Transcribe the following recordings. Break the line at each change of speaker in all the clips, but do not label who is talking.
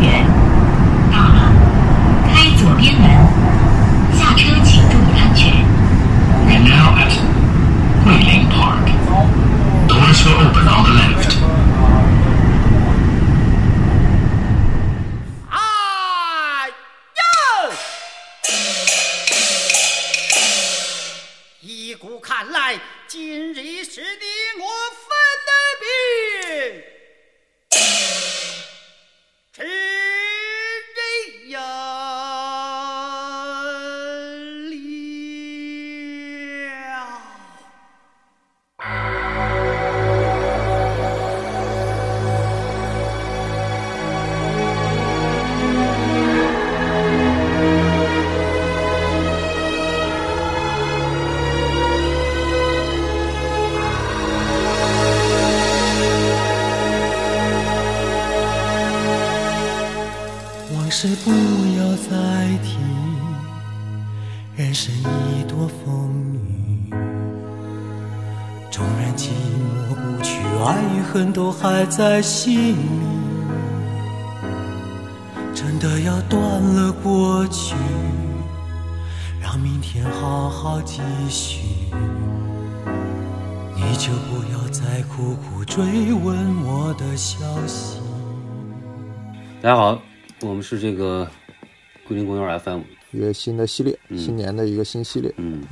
元。到了，开左边门，下车请注意安全。
We're now at Huiling Park. Doors will open on the left.
哎呦！依古看来，今日使得我分得病，知人了。
往事不要再提，人生已多风雨。纵然寂寞不去，爱与恨都还在心里。真的要断了过去，让明天好好继续。你就不要再苦苦追问我的消息。
大家好，我们是这个桂林公园 FM，
一个新的系列，新年的一个新系列。
嗯，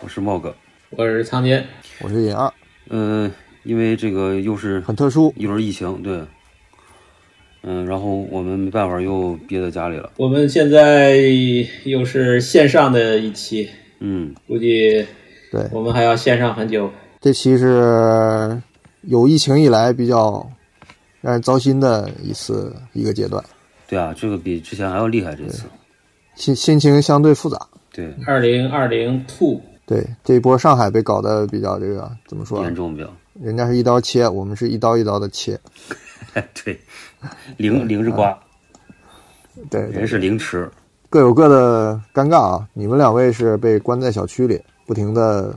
我是茂哥，
我是苍天，
我是尹二，
嗯，因为这个又是
很特殊，
一轮疫情，对，嗯，然后我们没办法又憋在家里了，
我们现在又是线上的一期，
嗯，
估计
对，
我们还要线上很久。
这期是有疫情以来比较让人糟心的一次一个阶段，
对啊，这个比之前还要厉害，这次，
心心情相对复杂。
对，
二零二零 two，
对，这一波上海被搞得比较这个怎么说啊
严？重比较，
人家是一刀切，我们是一刀一刀的切。
哎，对，零零是瓜，
啊对，对
人是零吃，
各有各的尴尬啊！你们两位是被关在小区里，不停的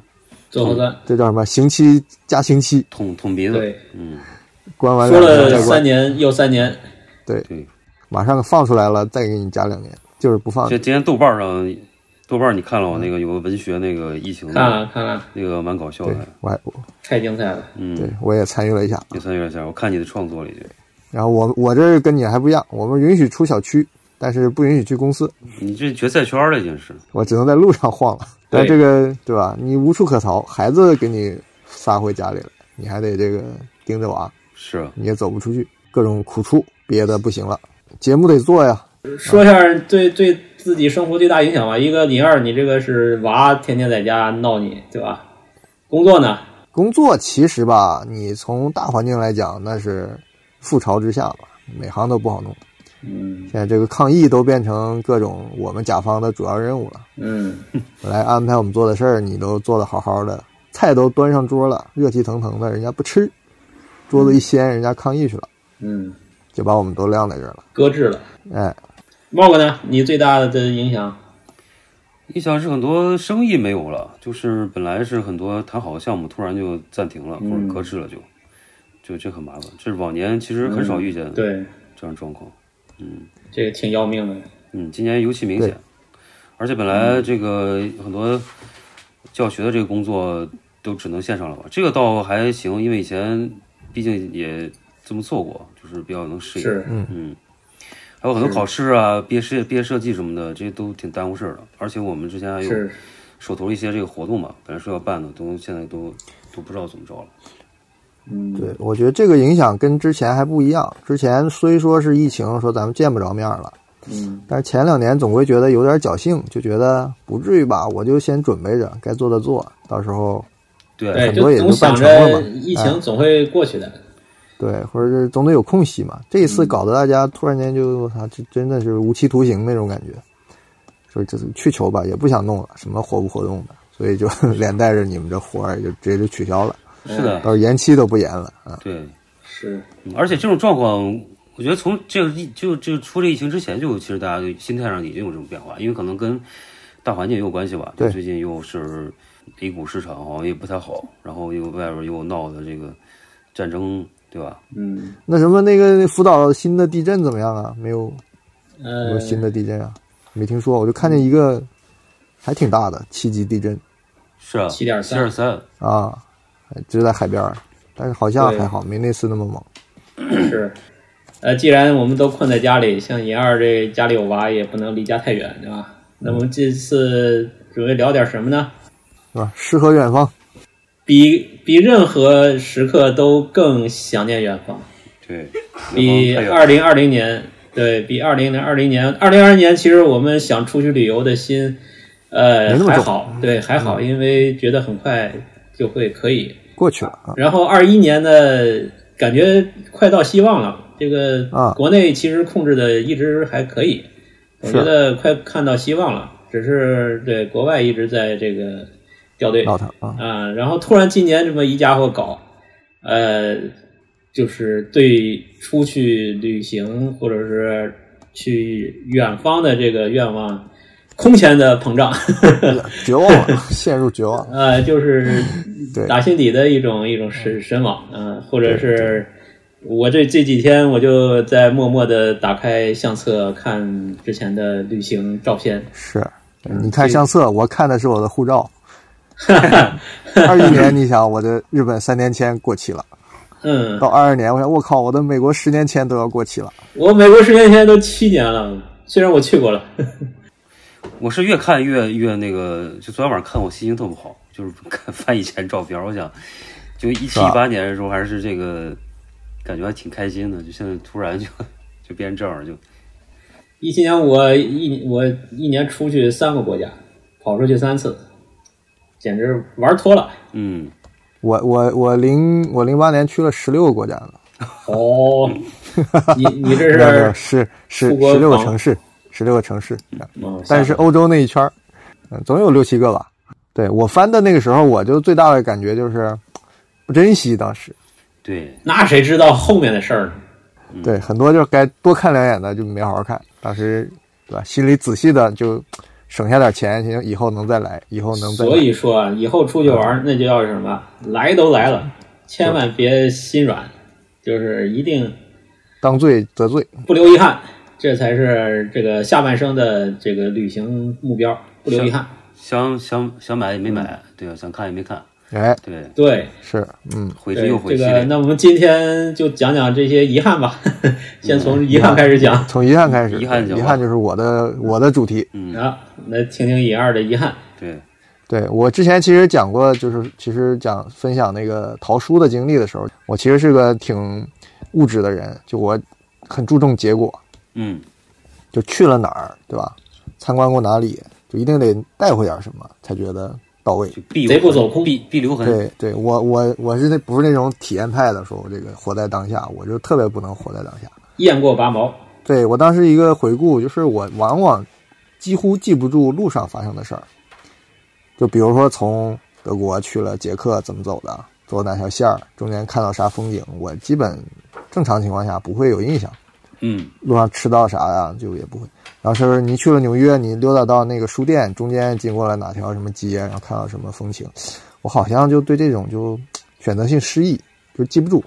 做核酸，
这叫什么？刑期加刑期，
捅捅鼻子，
对，
嗯，
关完
说
两年
了
再
三
关，
年又三年，
对，
对，
马上放出来了，再给你加两年，就是不放
这。今天豆瓣上，豆瓣你看了我
嗯
那个有个文学那个疫情
看
的，
了看了，
那个蛮搞笑
对
的，，
我还我
太精彩了。
嗯，
对我也参与了一下。
也参与了一下，我看你的创作了已经。
然后我我这跟你还不一样，我们允许出小区，但是不允许去公司，
你这决赛圈了已经是，
我只能在路上晃了。但这个对吧？你无处可逃，孩子给你撒回家里了，你还得这个盯着娃，
是啊
你也走不出去，各种苦处，憋得不行了。节目得做呀，
说一下对对自己生活最大影响吧。一个你二，你这个是娃天天在家闹你，对吧？工作呢？
工作其实吧，你从大环境来讲，那是覆巢之下吧，每行都不好弄。
嗯
现在这个抗疫都变成各种我们甲方的主要任务了。
嗯，
本来安排我们做的事儿，你都做得好好的，菜都端上桌了，热气腾腾的，人家不吃，桌子一掀，人家抗议去了，
嗯，
就把我们都晾在这儿了。
搁置了。
哎，
茂哥呢？你最大的影响？
影响是很多生意没有了，就是本来是很多谈好的项目突然就暂停了、或
嗯
者搁置了就，就这很麻烦。这是往年其实很少遇见这
对，
样状况，
这个挺要命的。
嗯，今年尤其明显
对。
而且本来这个很多教学的这个工作都只能线上了吧？这个倒还行，因为以前毕竟也这么做过，就是比较能适应。
是，
嗯，还有很多考试啊、毕业设毕业设计什么的，这些都挺耽误事儿的。而且我们之前还有
是
手头一些这个活动嘛，本来说要办的，都现在都都不知道怎么着了。
对，我觉得这个影响跟之前还不一样。之前虽说是疫情，说咱们见不着面了，
嗯，
但是前两年总归觉得有点侥幸，就觉得不至于吧，我就先准备着，该做的做，到时候
对啊
对，
很多也
哎总
就办
想
成了嘛啊
着疫情总会过去的。
对，或者是总得有空隙嘛。这一次搞得大家突然间就啊，这真的是无期徒刑那种感觉，说这是去球吧，也不想弄了，什么活不活动的，所以就 连带着你们这活儿也就直接就取消了，
是的，
到时候延期都不延了啊。
对，
是，
嗯而且这种状况，我觉得从这个疫就就出这疫情之前就，其实大家就心态上已经有这种变化，因为可能跟大环境也有关系吧。
对
最近又是 A 股市场好像也不太好，然后又外边又闹的这个战争对吧？
嗯，
那什么那个福岛新的地震怎么样啊？没有没
呃
有，新的地震啊？没听说，我就看见一个还挺大的七级地震
是啊，
7.3
七点三，
啊，还就在海边儿，但是好像
对
还好，没那次那么猛。
是，呃，既然我们都困在家里，像银二这家里有娃，也不能离家太远，对吧？那我们这次准备聊点什么呢？
是吧？诗和远方，
比比任何时刻都更想念远方，
对，
比
远方太远
二零二零年，对比二零零二零年，二零二零年其实我们想出去旅游的心，
没
呃，
那么
还
重嗯
好，对，还好，因为觉得很快就会可以，
过去了啊。
然后二一年呢，感觉快到希望了。这个
啊
国内其实控制的一直还可以，我
是
觉得快看到希望了。只是对国外一直在这个掉队
闹腾啊，
啊，然后突然今年这么一家伙搞，呃，就是对出去旅行或者是去远方的这个愿望空前的膨胀。
绝望了，陷入绝望了。
呃，就是
对
打心底的一种一种神神往，嗯、或者是我这这几天我就在默默的打开相册看之前的旅行照片，
是，
嗯
你看相册，我看的是我的护 照。二一年，你想我的日本三年签过期了，
嗯，
到二二年，我想我靠，我的美国十年签都要过期了。
我美国时间现在都七年了，虽然我去过了，
我是越看越越那个，就昨天晚上看我心情特不好，就是看翻以前照片，我想就一七
吧
一八年的时候还是这个感觉还挺开心的，就现在突然就就变这样，就
一七年我一我一年出去三个国家，跑出去三次，简直玩脱了。
嗯，
我我我零我零八年去了十六个国家呢，
哦，你你这
没 有没有
是，
是是
出国
十六个
访
城市，十六个城市。
嗯
但是欧洲那一圈儿，嗯，总有六七个吧。对我翻的那个时候，我就最大的感觉就是不珍惜当时。
对，
那谁知道后面的事儿呢？
对，很多就是该多看两眼的就没好好看，当时对吧？心里仔细的就省下点钱，行，以后能再来，以后能再来。
所以说啊，以后出去玩儿那就要什么，来都来了，千万别心软，就是一定
当罪得罪，
不留遗憾，这才是这个下半生的这个旅行目标，不留遗憾。
想想想买也没买，
嗯
对啊，想看也没看，
哎，
对，
对，
是，嗯，
悔之
对
又悔
这
系
个，
列，
那我们今天就讲讲这些遗憾吧， 先从遗憾开始讲
从遗憾开始，
遗憾
对
讲
遗
吧
憾就是我的我的主题。
嗯，
啊，来听听尹二的遗憾。
对，
对我之前其实讲过，就是其实讲分享那个淘书的经历的时候，我其实是个挺嗯物质的人，就我很注重结果，
嗯，
就去了哪儿，对吧？参观过哪里，就一定得带回点什么，才觉得到位。
就必
贼不走空
必必留痕，
对对，我我我是那不是那种体验派的，说我这个活在当下，我就特别不能活在当下。
雁过拔毛，
对我当时一个回顾，就是我往往几乎记不住路上发生的事儿，就比如说从德国去了捷克怎么走的，走哪条线儿，中间看到啥风景，我基本正常情况下不会有印象。
嗯，
路上吃到啥呀，就也不会。然后是你去了纽约，你溜达到那个书店，中间经过了哪条什么街，然后看到什么风情，我好像就对这种就选择性失忆，就记不住。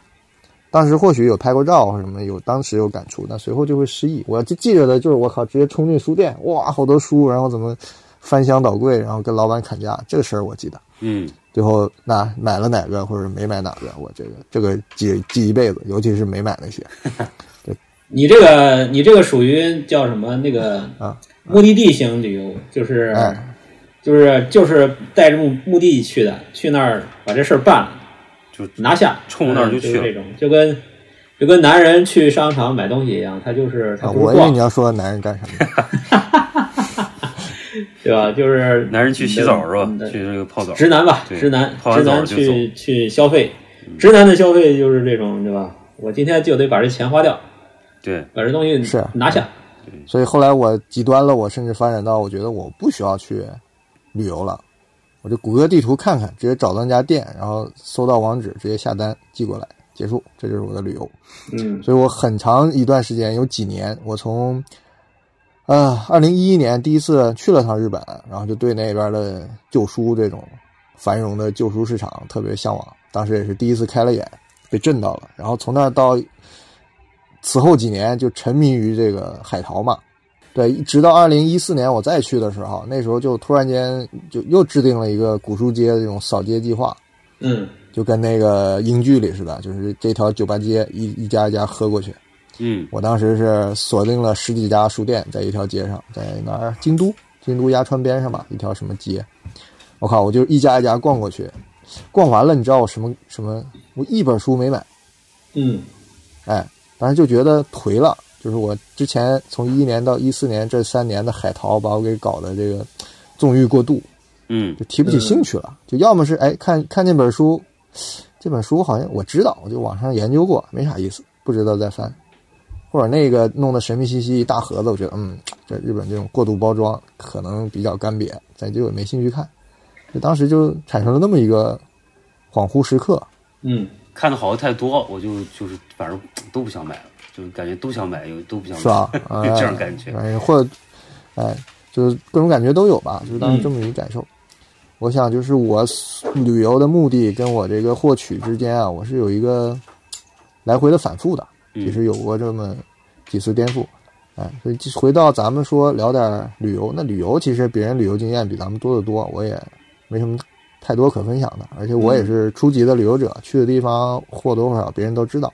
当时或许有拍过照或什么，有当时有感触，但随后就会失忆。我就记着的就是我靠，直接冲进书店，哇，好多书，然后怎么翻箱倒柜，然后跟老板砍价，这个事儿我记得。
嗯，
最后那买了哪个或者没买哪个，我这个这个记记一辈子，尤其是没买那些。
你这个你这个属于叫什么？那个
啊
目的地型旅游，就是、
哎
就是就是带着目目的地去的，去那儿把这事儿办了，
就
拿下，
冲那儿
嗯
就
就
去
是
了
这种就跟就跟男人去商场买东西一样，他就是他
啊，
不
我
是
以为
逛，
你要说男人干什么。
对吧？就是
男人去洗澡是
嗯
吧？
对
去这个泡澡，
直男吧，
对
直男，
泡完
直
澡
男
就嗯
去去消费，直男的消费就是这种，对吧？我今天就得把这钱花掉，
对，
把这东西
是
拿下，
所以后来我极端了，我甚至发展到我觉得我不需要去旅游了，我就谷歌地图看看，直接找到那家店，然后搜到网址，直接下单寄过来，结束，这就是我的旅游。
嗯
所以我很长一段时间，有几年，我从呃二零一一年第一次去了趟日本，然后就对那边的旧书这种繁荣的旧书市场特别向往，当时也是第一次开了眼。被震到了，然后从那儿到此后几年就沉迷于这个海淘嘛。对，直到二零一四年我再去的时候，那时候就突然间就又制定了一个古书街的这种扫街计划，
嗯
就跟那个英剧里似的，就是这条酒吧街一一家一家喝过去。
嗯
我当时是锁定了十几家书店，在一条街上，在哪儿？京都，京都鸭川边上吧，一条什么街？我靠，我就一家一家逛过去，逛完了，你知道我什么什么？我一本书没买，
嗯
哎，当时就觉得颓了，就是我之前从一一年到一四年这三年的海淘，把我给搞的这个纵欲过度，
嗯
就提不起兴趣了，就要么是哎看看那本书，这本书好像我知道，我就网上研究过，没啥意思，不值得再翻，或者那个弄得神秘兮兮一大盒子，我觉得嗯，这日本这种过度包装可能比较干瘪，咱就没兴趣看，就当时就产生了那么一个恍惚时刻，
嗯，
看的好的太多，我就就是反正都不想买了，就感觉都想买又都不想买，？
是啊 吧
就嗯这样感觉。
哎，或者，哎，就是各种感觉都有吧，就是当时这么一感受。我想，就是我旅游的目的跟我这个获取之间啊，我是有一个来回的反复的，也是有过这么几次颠覆。哎，所以回到咱们说聊点旅游，那旅游其实别人旅游经验比咱们多得多，我也没什么太多可分享的，而且我也是初级的旅游者，去的地方或多或少别人都知道。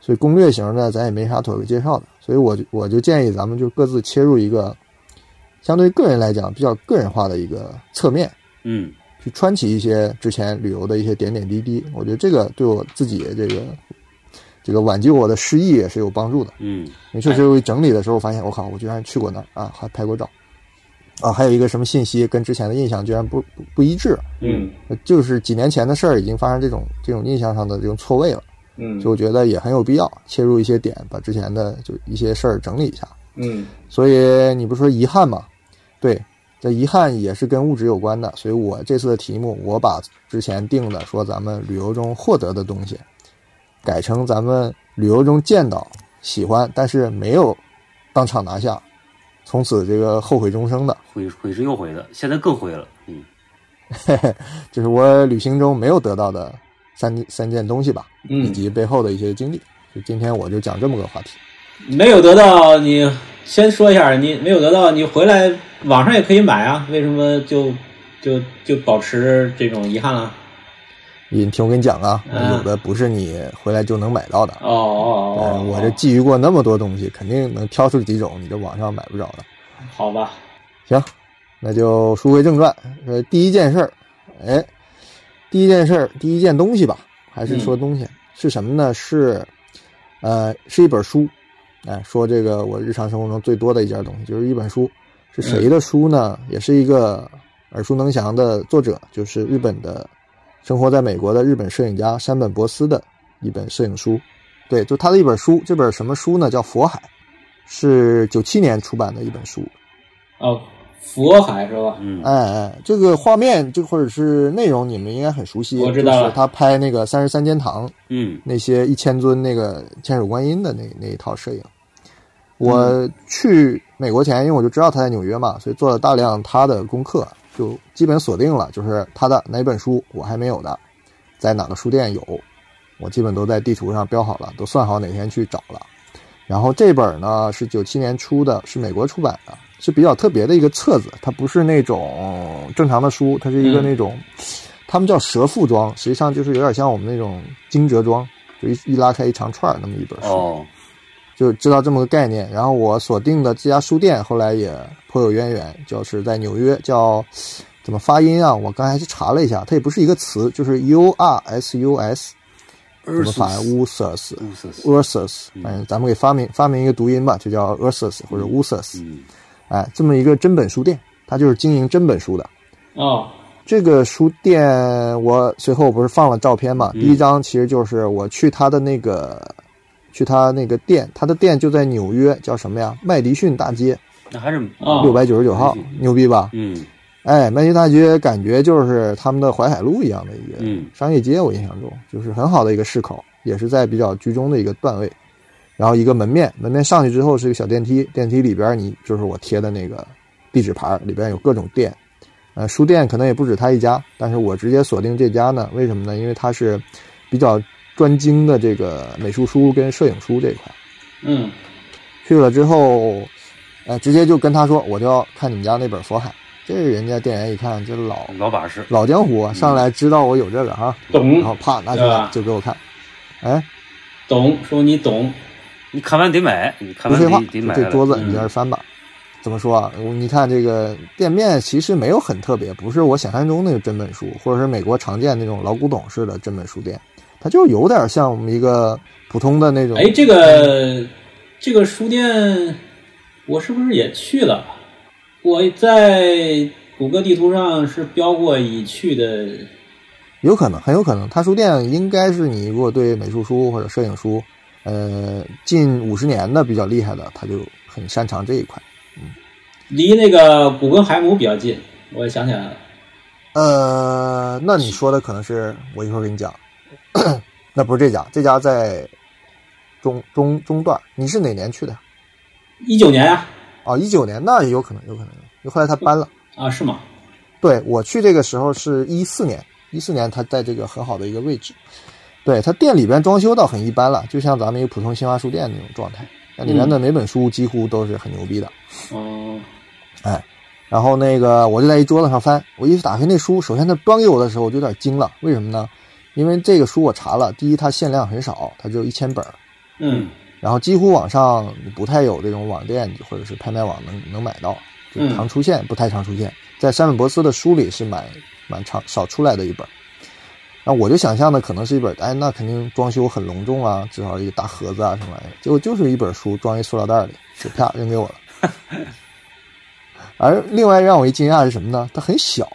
所以攻略型的咱也没啥可介绍的，所以我就我就建议咱们就各自切入一个相对个人来讲比较个人化的一个侧面，
嗯
去穿起一些之前旅游的一些点点滴滴。我觉得这个对我自己这个这个挽救我的失忆也是有帮助的。
嗯
你确实我一整理的时候发现，我靠，我居然去过那儿啊，还拍过照啊，还有一个什么信息跟之前的印象居然不不不一致，呃
嗯
就是几年前的事儿已经发生这种这种印象上的这种错位了。
嗯
就我觉得也很有必要切入一些点，把之前的就一些事儿整理一下。
嗯
所以你不是说遗憾吗？对，这遗憾也是跟物质有关的。所以我这次的题目，我把之前定的说咱们旅游中获得的东西，改成咱们旅游中见到、喜欢，但是没有当场拿下，从此这个后悔终生的。
悔悔之又悔的，现在更悔了。嗯
这是我旅行中没有得到的三三件东西吧，以
嗯，
及背后的一些经历。就今天我就讲这么个话题。
嗯没有得到你先说一下，你没有得到你回来网上也可以买啊，为什么就就就保持这种遗憾了？
你听我跟你讲啊，
嗯
有的不是你回来就能买到的。
哦哦
呃
哦，
我这觊觎过那么多东西，肯定能挑出几种你这网上买不着的。
哦好吧，
行，那就书归正传。呃，第一件事儿，哎，第一件事儿，第一件东西吧，还是说东西、是什么呢？是，呃，是一本书。哎，说这个我日常生活中最多的一件东西就是一本书，是谁的书呢？也是一个耳熟能详的作者，就是日本的生活在美国的日本摄影家山本博司的一本摄影书。对，就他的一本书，这本什么书呢？叫《佛海》，是九七年出版的一本书。
哦，佛海是吧？
嗯
哎哎，这个画面就或者是内容，你们应该很熟悉。
我知道了
就是他拍那个三十三间堂
嗯
那些一千尊那个千手观音的那那一套摄影。我去美国前，因为我就知道他在纽约嘛，所以做了大量他的功课，就基本锁定了，就是他的哪本书我还没有的，在哪个书店有，我基本都在地图上标好了，都算好哪天去找了。然后这本呢是九七年出的，是美国出版的，是比较特别的一个册子，它不是那种正常的书，它是一个
嗯
那种，他们叫蛇腹装，实际上就是有点像我们那种惊蛰装，就一一拉开一长串儿那么一本书。
哦
就知道这么个概念。然后我锁定的这家书店后来也颇有渊源，就是在纽约叫怎么发音啊？我刚才去查了一下，它也不是一个词，就是 U R S U S，怎么发 u s u s
乌瑟斯
Ursus，反正咱们给发明发明一个读音吧，就叫 Ursus 或者 Ursus，
嗯
哎，这么一个真本书店，它就是经营真本书的。
哦，
这个书店，我随后不是放了照片嘛？第一张其实就是我去他的那个，去他那个店，他的店就在纽约，叫什么呀？麦迪逊大街
那还是
哦
六百九十九号，牛逼吧？
嗯
哎，麦迪逊大街感觉就是他们的淮海路一样的一个
嗯
商业街，我印象中就是很好的一个市口，也是在比较居中的一个段位。然后一个门面，门面上去之后是一个小电梯，电梯里边你就是我贴的那个地址牌，里边有各种店，呃，书店可能也不止他一家，但是我直接锁定这家呢，为什么呢？因为它是比较专精的这个美术书跟摄影书这一块。
嗯
去了之后，呃，直接就跟他说我就要看你们家那本《佛海》，这人家店员一看这老
老把式，
老江湖啊，上来知道我有这个哈，
懂
然后啪拿出
对
来
嗯吧
就给我看，哎，
懂，说你懂，
你看完得买，你看
不
完
废话
得，得
就
买
这
来
桌子
嗯
你在这翻吧。怎么说啊？我你看这个店面其实没有很特别，不是我想象中那个真本书，或者是美国常见那种老古董式的真本书店，它就有点像我们一个普通的那种。
哎，这个这个书店，我是不是也去了？我在谷歌地图上是标过已去的，
有可能，很有可能，他书店应该是你如果对美术书或者摄影书，呃，近五十年的比较厉害的，他就很擅长这一块。
离那个古根海姆比较近。我想起来了，
呃，那你说的可能是我一会儿给你讲， 那不是这家，这家在中中中段儿。你是哪年去的？
一九年啊，
哦，一九年，那也有可能，有可能。因为后来他搬了。
啊是吗？
对我去这个时候是一四年，一四年他在这个很好的一个位置，对他店里边装修倒很一般了，就像咱们一个普通新华书店那种状态，那里面的每本书几乎都是很牛逼的。
哦、
嗯然后那个我就在一桌子上翻，我一打开那书，首先他端给我的时候我就有点惊了，为什么呢？因为这个书我查了，第一它限量很少，它只有一千本儿，
嗯
然后几乎网上不太有这种网店或者是拍卖网能能买到，就
嗯
常出现，不太常出现。在山本博斯的书里是蛮蛮常少出来的一本。那我就想象的可能是一本，哎，那肯定装修很隆重啊，至少一个大盒子啊什么玩意儿。结果就是一本书装一塑料袋里，就啪扔给我了。 而另外让我一惊讶是什么呢？它很小。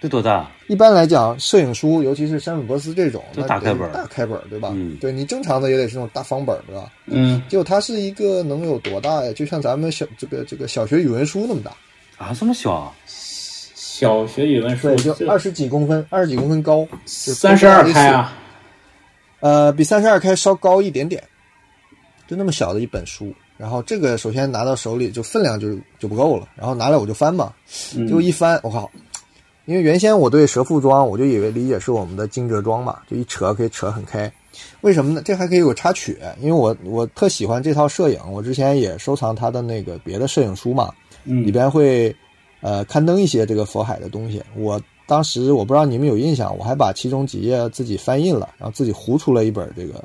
这多大？
一般来讲，摄影书，尤其是山本博斯这种，
就
那
大
得
开本儿
大开本儿，对吧？
嗯
对你正常的也得是那种大方本儿，对吧？
嗯，
就它是一个能有多大呀？就像咱们小这个这个小学语文书那么大，
啊，这么小啊？
小学语文书
对，就二十几公分，二十几公分高，
三十二开，啊，
呃，比三十二开稍高一点点，就那么小的一本书。然后这个首先拿到手里就分量就就不够了，然后拿来我就翻嘛，
嗯
结果一翻，我靠！因为原先我对蛇腹装，我就以为理解是我们的惊蛰装嘛，就一扯可以扯很开。为什么呢？这还可以有插曲，因为我我特喜欢这套摄影，我之前也收藏他的那个别的摄影书嘛，
嗯
里边会呃刊登一些这个佛海的东西。我当时我不知道你们有印象，我还把其中几页自己翻印了，然后自己糊出了一本这个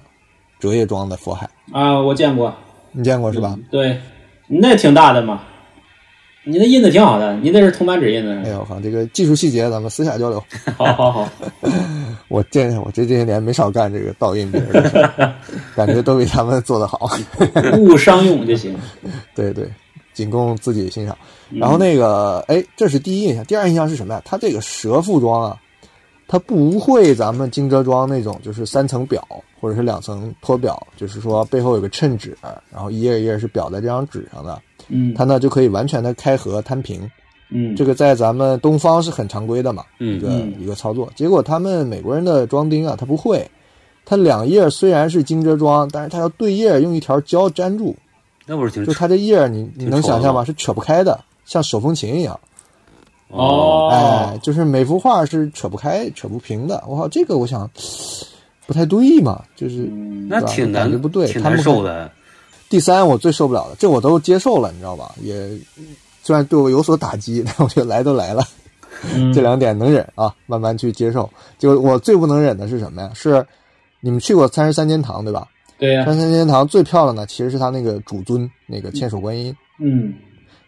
折页装的佛海，
啊，我见过，
你见过是吧？
对，你那挺大的嘛，你那印的挺好的，你那是铜版纸印
哎
的，
呦我靠，这个技术细节咱们私下交流。
好好好，
我这我这这些年没少干这个盗印别人的事儿，感觉都比他们做得好。
物商用就 行。
对对，仅供自己欣赏。
嗯
然后那个，哎，这是第一印象。第二印象是什么呀？它这个蛇腹装啊，它不会咱们惊蛰装那种，就是三层表或者是两层托表，就是说背后有个衬纸，然后一页一页是裱在这张纸上的。
嗯
它呢就可以完全的开合摊平，
嗯，
这个在咱们东方是很常规的嘛。一
嗯，
个
嗯
一个操作。结果他们美国人的装订啊，他不会，他两页虽然是惊蛰装，但是他要对页用一条胶粘住，
那不是挺
就他这页你你
挺
能
丑的
想象吗？
吗
是扯不开的，像手风琴一样，
哦，
哎
哦，，
就是每幅画是扯不开、扯不平的。我靠，这个我想不太对嘛，就是啊
那挺
感
难
觉，不对
挺
他
难
们
受的。
第三，我最受不了的，这我都接受了，你知道吧？也虽然对我有所打击，但我觉得来都来了。
嗯
这两点能忍啊，慢慢去接受。就我最不能忍的是什么呀？是你们去过三十三间堂对吧？
对呀
三，十三间堂最漂亮的其实是它那个主尊，那个千手观音。
嗯，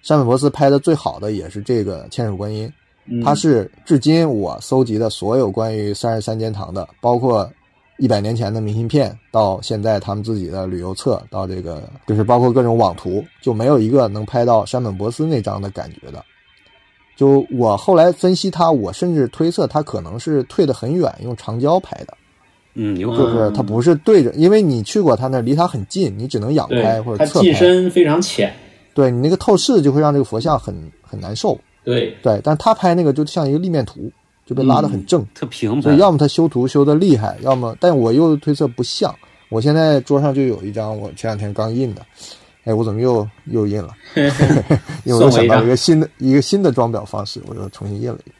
山本博斯拍的最好的也是这个千手观音，
嗯
它是至今我搜集的所有关于三十三间堂的，包括一百年前的明信片，到现在他们自己的旅游册，到这个就是包括各种网图，就没有一个能拍到山本博斯那张的感觉的。就我后来分析它，我甚至推测它可能是退得很远，用长焦拍的，
嗯，有可
就
能。
是它不是对着，因为你去过它那儿，离它很近，你只能仰
对
拍或，者
它
侧
近
拍，
身非常浅，
对你那个透视就会让这个佛像很很难受。
对，
对，但他拍那个就像一个立面图，就被拉得
嗯
很正，
特平
所
凡
以。要么他修图修的厉害，要么但我又推测不像。我现在桌上就有一张我前两天刚印的，哎，我怎么又又印 了？因为我又想到了一个新的一个新的装裱方式，我又重新印了一个。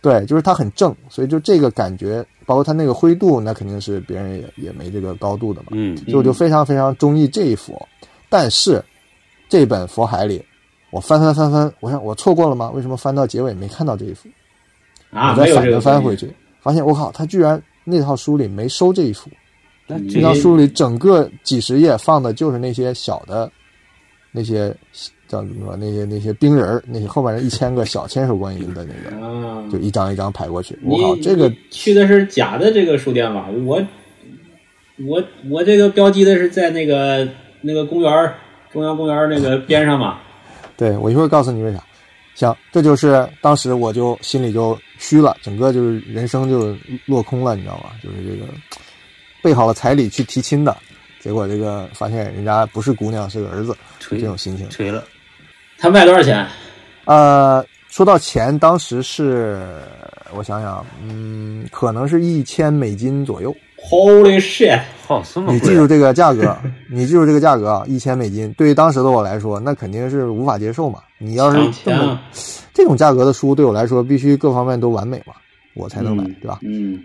对，就是它很正，所以就这个感觉，包括他那个灰度，那肯定是别人也也没这个高度的嘛。
嗯
所以我就非常非常中意这一幅，但是这本佛海里，我翻翻翻翻，我想我错过了吗？为什么翻到结尾没看到这一幅？
啊，
我再
没有
反
这
着
个
翻回去，发现我靠，他居然那套书里没收这一幅，
那这
这套
个
书里整个几十页放的就是那些小的，那些叫什么？那些那些冰人儿，那些后面那一千个小千手观音的那个，
啊，
就一张一张排过去。我
你
靠，这个
你去的是假的这个书店吧？我我我这个标记的是在那个那个公园儿中央公园儿那个边上嘛。
对我一会儿告诉你为啥。行，这就是当时我就心里就虚了，整个就是人生就落空了，你知道吗？就是这个备好了彩礼去提亲的，结果这个发现人家不是姑娘是个儿子，
锤
这种心情。
锤了，
他卖多少钱？
呃，说到钱，当时是我想想，嗯，可能是一千美金左右。
Holy shit！
好这么
你记
贵
住
啊，
这个价格， 你记住这个价格啊，一千美金，对于当时的我来说，那肯定是无法接受嘛。你要
抢
是这
钱
么
啊！
这种价格的书，对我来说必须各方面都完美嘛，我才能买，对吧？
嗯，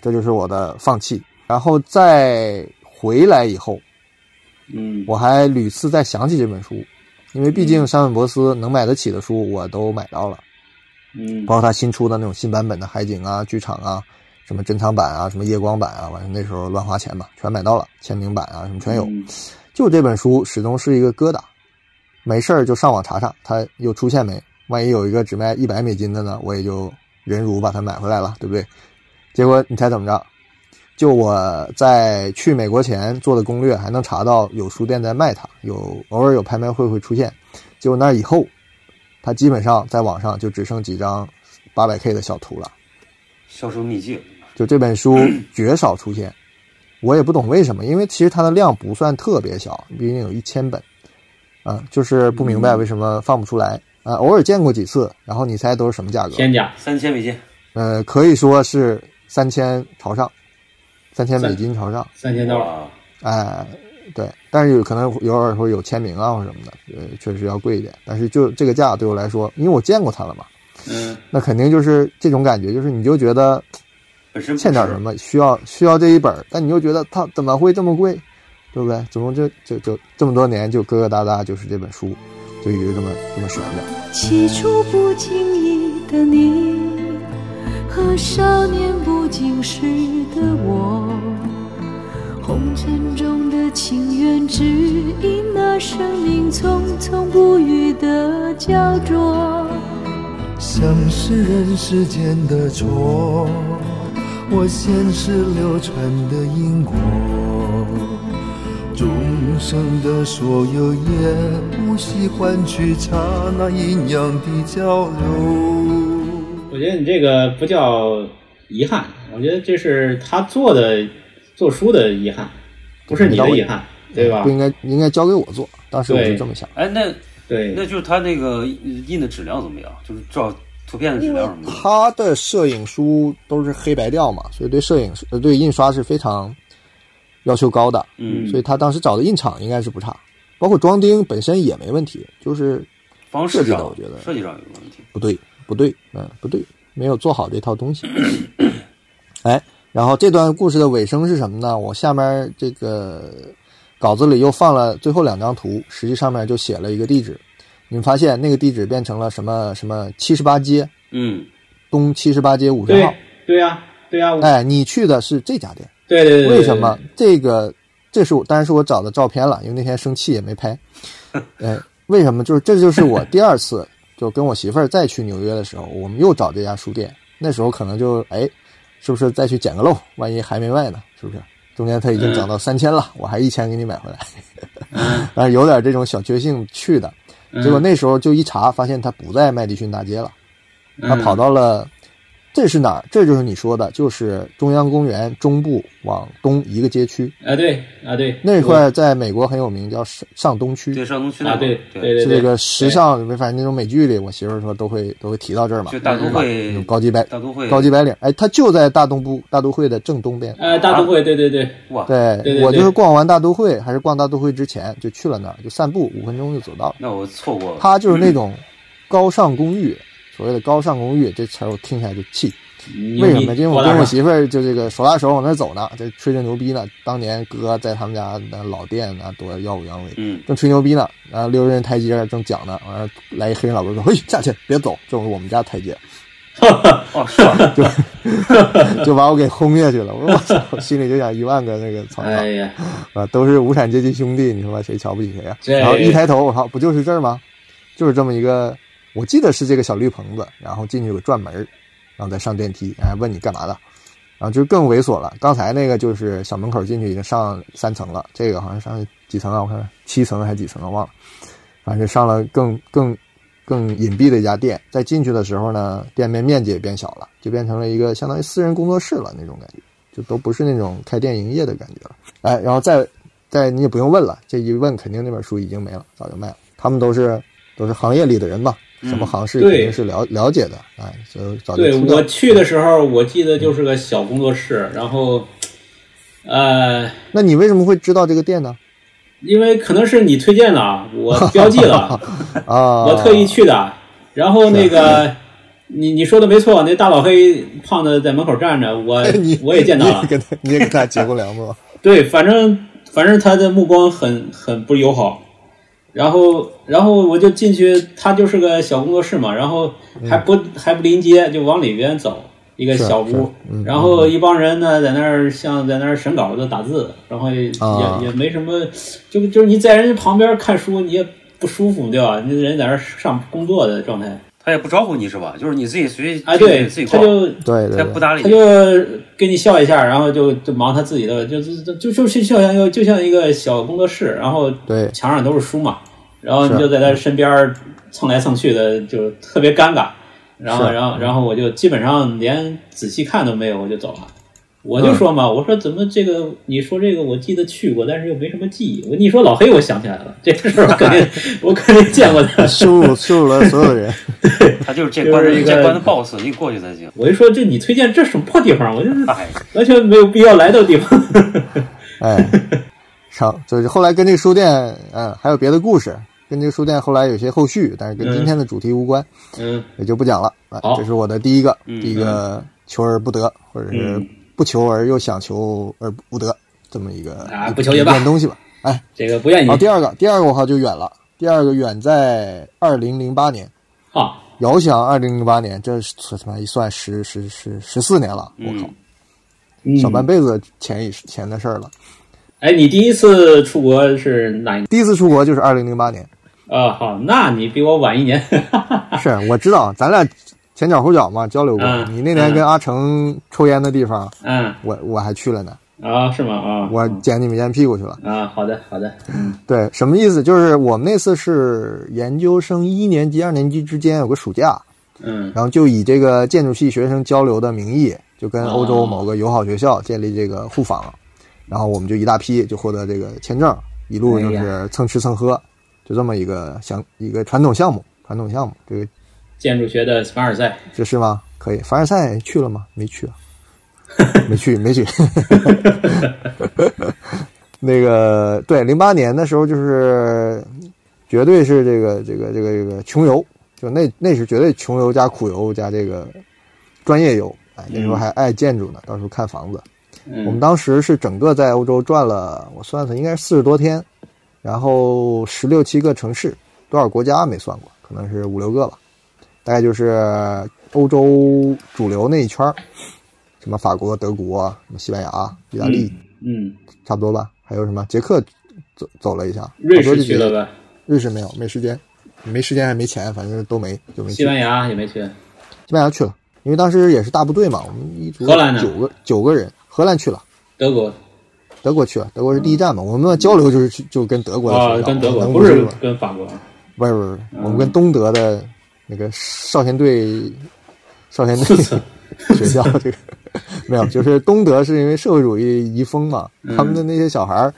这就是我的放弃。然后再回来以后，
嗯
我还屡次再想起这本书，因为毕竟山本博司能买得起的书我都买到了。
嗯
包括他新出的那种新版本的海景啊、剧场啊、什么珍藏版啊、什么夜光版啊，完了那时候乱花钱嘛，全买到了，签名版啊什么全有。
嗯
就这本书始终是一个疙瘩，没事儿就上网查查它又出现没，万一有一个只卖一百美金的呢，我也就忍辱把它买回来了，对不对？结果你猜怎么着？就我在去美国前做的攻略，还能查到有书店在卖它，有偶尔有拍卖会会出现。结果那以后，它基本上在网上就只剩几张八百 K 的小图了。
销售秘籍，
就这本书绝少出现，我也不懂为什么，因为其实它的量不算特别小，毕竟有一千本，啊，就是不明白为什么放不出来啊。偶尔见过几次，然后你猜都是什么价格？
天价，
三千美金，
呃，可以说是三千朝上，三千美金朝上，
三千刀。
哇，
哎，对，但是有可能有偶尔会有签名啊或什么的，呃，确实要贵一点，但是就这个价对我来说，因为我见过它了嘛，
嗯，
那肯定就是这种感觉，就是你就觉得
本身不
欠点
是
什，么，需要需要这一本儿，但你又觉得它怎么会这么贵，对不对？怎么就就就这么多年就疙疙瘩瘩就是这本书，就一直这么这么悬着。
起初不经意的你和少年不经事的我，红尘中的情缘，只因那生命匆匆不语的焦灼。
像是人世间的错，我前世流传的因果，众生的所有也不惜换取刹那阴阳的交流。
我觉得你这个不叫遗憾，我觉得这是他做的做书的遗憾，不是你的遗憾，对吧
不？应该应该交给我做，当时我就这么想。
哎，那
对，
那就是它那个印的质量怎么样？就是照图片的质量什么的，
他的摄影书都是黑白调嘛，所以对摄影呃对印刷是非常要求高的，
嗯，
所以他当时找的印厂应该是不差，包括装订本身也没问题，就是
方式
设计的
上
我觉得
设计上有问题，
不对，不对，嗯，不对，没有做好这套东西。 哎，然后这段故事的尾声是什么呢？我下面这个稿子里又放了最后两张图，实际上面就写了一个地址。你们发现那个地址变成了什么什么七十八街
嗯，
东七十八街五十
对
号？
对呀，对呀，我
哎，你去的是这家店，
对对对，对
为什么？？这个这是我，当然是我找的照片了，因为那天生气也没 拍。哎，为什么？就是这就是我第二次就跟我媳妇儿再去纽约的时候，我们又找这家书店。那时候可能就哎，是不是再去捡个漏？万一还没卖呢，是不是？中间它已经涨到三千了，我还一千给你买回来，
嗯
但是有点这种小确幸去的。结果那时候就一查，发现他不在麦迪逊大街了，
嗯
嗯
他跑到了，这是哪儿？这就是你说的，就是中央公园中部往东一个街区
啊，对啊，对，
那块，儿，在美国很有名，叫上上东区，
对，
是
上东区那
啊，
块儿
对
对，
对对，
这个时尚，反正那种美剧里，我媳妇儿说都会都会提到这儿嘛，
就大都
那种
会，
高级白
大都会，
高级白领，哎，他就在大东部大都会的正东边。
呃，大都会，对对
啊
对，
哇，
对
对对
我就是逛完大都会，还是逛大都会之前就去了那儿，就散步五分钟就走到了。
那我错过了，
它就是那种高尚公寓，所谓的高尚公寓这词儿我听起来就气。
牛
为什
逼
么？因为
我
我
拉
跟我
上
媳妇儿就这个手拉手往那儿走呢，这吹着牛逼呢。当年哥在他们家那老店那多耀武扬威，
嗯，
正吹牛逼呢，然后溜人台阶正讲呢，完了来一黑人老哥说：“嘿，下去别走，这是我们家台阶。”
哦，是吧？
就把我给轰下去了。我说我 操，我心里就想一万个那个操，
哎呀，
啊，都是无产阶级兄弟，你说吧谁瞧不起谁啊？
这
然后一抬头，我靠，不就是这儿吗？就是这么一个，我记得是这个小绿棚子，然后进去有个转门儿，然后再上电梯，哎，问你干嘛的，然后就更猥琐了。刚才那个就是小门口进去已经上三层了，这个好像上几层啊？我看看，七层还是几层啊？忘了，反正上了更更更隐蔽的一家店。在进去的时候呢，店面面积也变小了，就变成了一个相当于私人工作室了那种感觉，就都不是那种开店营业的感觉了。哎，然后再再你也不用问了，这一问肯定那本书已经没了，早就卖了。他们都是都是行业里的人嘛，什么行市
嗯对
肯定是了了解的，哎，就早就
对
知道
我。去的时候，我记得就是个小工作室，然后，呃，
那你为什么会知道这个店呢？
因为可能是你推荐的啊，我标记了，
啊，
我特意去的。然后那个，你你说的没错，那大老黑胖子在门口站着，我
你
我也见到
你
了
也。跟他你也跟他结过梁吗？
对，反正反正他的目光很很不友好。然后然后我就进去，他就是个小工作室嘛，然后还不、还不临街，就往里边走一个
嗯是
小
是
屋，
嗯
然后一帮人呢在那儿像在那儿审稿子打字，然后也、
啊
也也没什么，就就是你在人家旁边看书你也不舒服对吧？那人在那儿上工作的状态，
他也不招呼你是吧？就是你自己随
啊对，
自己
他
逛，
就
对对
他不
对，
搭理
他
你。
就给你笑一下，然后就就忙他自己的，就就就就就像一个就像一个小工作室，然后
对
墙上都是书嘛，然后
是
你就在他身边儿蹭来蹭去的，就特别尴尬。然后，
是
然后，然后我就基本上连仔细看都没有，我就走了。我就说
嗯
嘛，我说怎么这个？你说这个，我记得去过，但是又没什么记忆。我你说老黑，我想起来了，这个事儿我肯 定我肯定见过他。
羞辱羞辱了所有人，
他就是这关
就是
的
一个
这关的 boss，你过去才行。
我就说这你推荐这什么破地方？我就是
哎，
完全没有必要来的地方。
哎， 上就是后来跟这个书店，嗯，还有别的故事，跟这个书店后来有些后续，但是跟今天的主题无关，
嗯，
也就不讲了。啊
好，
这是我的第一个，
嗯
第一个求而不得，或者是
嗯
不求而又想求而不得这么一个
啊
一
不求也
一
罢嗯
件东西吧。哎，
这个不愿意
好，第二个，第二个我靠就远了，第二个远在二零零八年。
啊，
遥想二零零八年，这是他妈一算十十十十四年了，我靠，
嗯，
嗯
小半辈子前一前的事儿了。
哎，你第一次出国是哪一年？
第一次出国就是二零零八年，
啊，好，那你比我晚一年。
是我知道，咱俩前脚后脚嘛交流过。
嗯
你那年跟阿成抽烟的地方，
嗯，
我我还去了呢，
啊，是吗？啊，
我嗯捡你们烟屁股去了。
啊，好的，好的，
对，什么意思？就是我们那次是研究生一年级、二年级之间有个暑假，
嗯
然后就以这个建筑系学生交流的名义，就跟欧洲某个友好学校建立这个互访，然后我们就一大批就获得这个签证，一路就
哎
是蹭吃蹭喝，就这么一个项一个传统项目，传统项目，这个
建筑学的凡尔赛，
这是吗？可以，凡尔赛去了吗？没去啊，没去，没去。 那个对，零八年的时候就是绝对是这个这个这个这个穷游，就那那是绝对穷游加苦游加这个专业游。哎，那时候还爱建筑呢，到时候看房子。我们
嗯
当时是整个在欧洲转了，我算算应该是四十多天，然后十六七个城市，多少国家没算过，可能是五六个吧，大概就是欧洲主流那一圈儿，什么法国、德国、什么西班牙、意大利，
嗯，
差不多吧，还有什么捷克走走了一下，
瑞
好多
士
就
去
觉
了
得，
吧？
瑞士没有，没时间，没时间还没钱，反正都没就没去。
西班牙也没去，
西班牙去了，因为当时也是大部队嘛，我们一组
荷兰呢
九个九个人，荷兰去了。
德国
德国去了，德国是第一站嘛。我们交流就是去就跟德国的学
啊，
校
跟德国
能
不是
吗
跟法国，
不是不是，我们跟东德的那个少先队少先队 学校这个没有，就是东德是因为社会主义遗风嘛，他们的那些小孩儿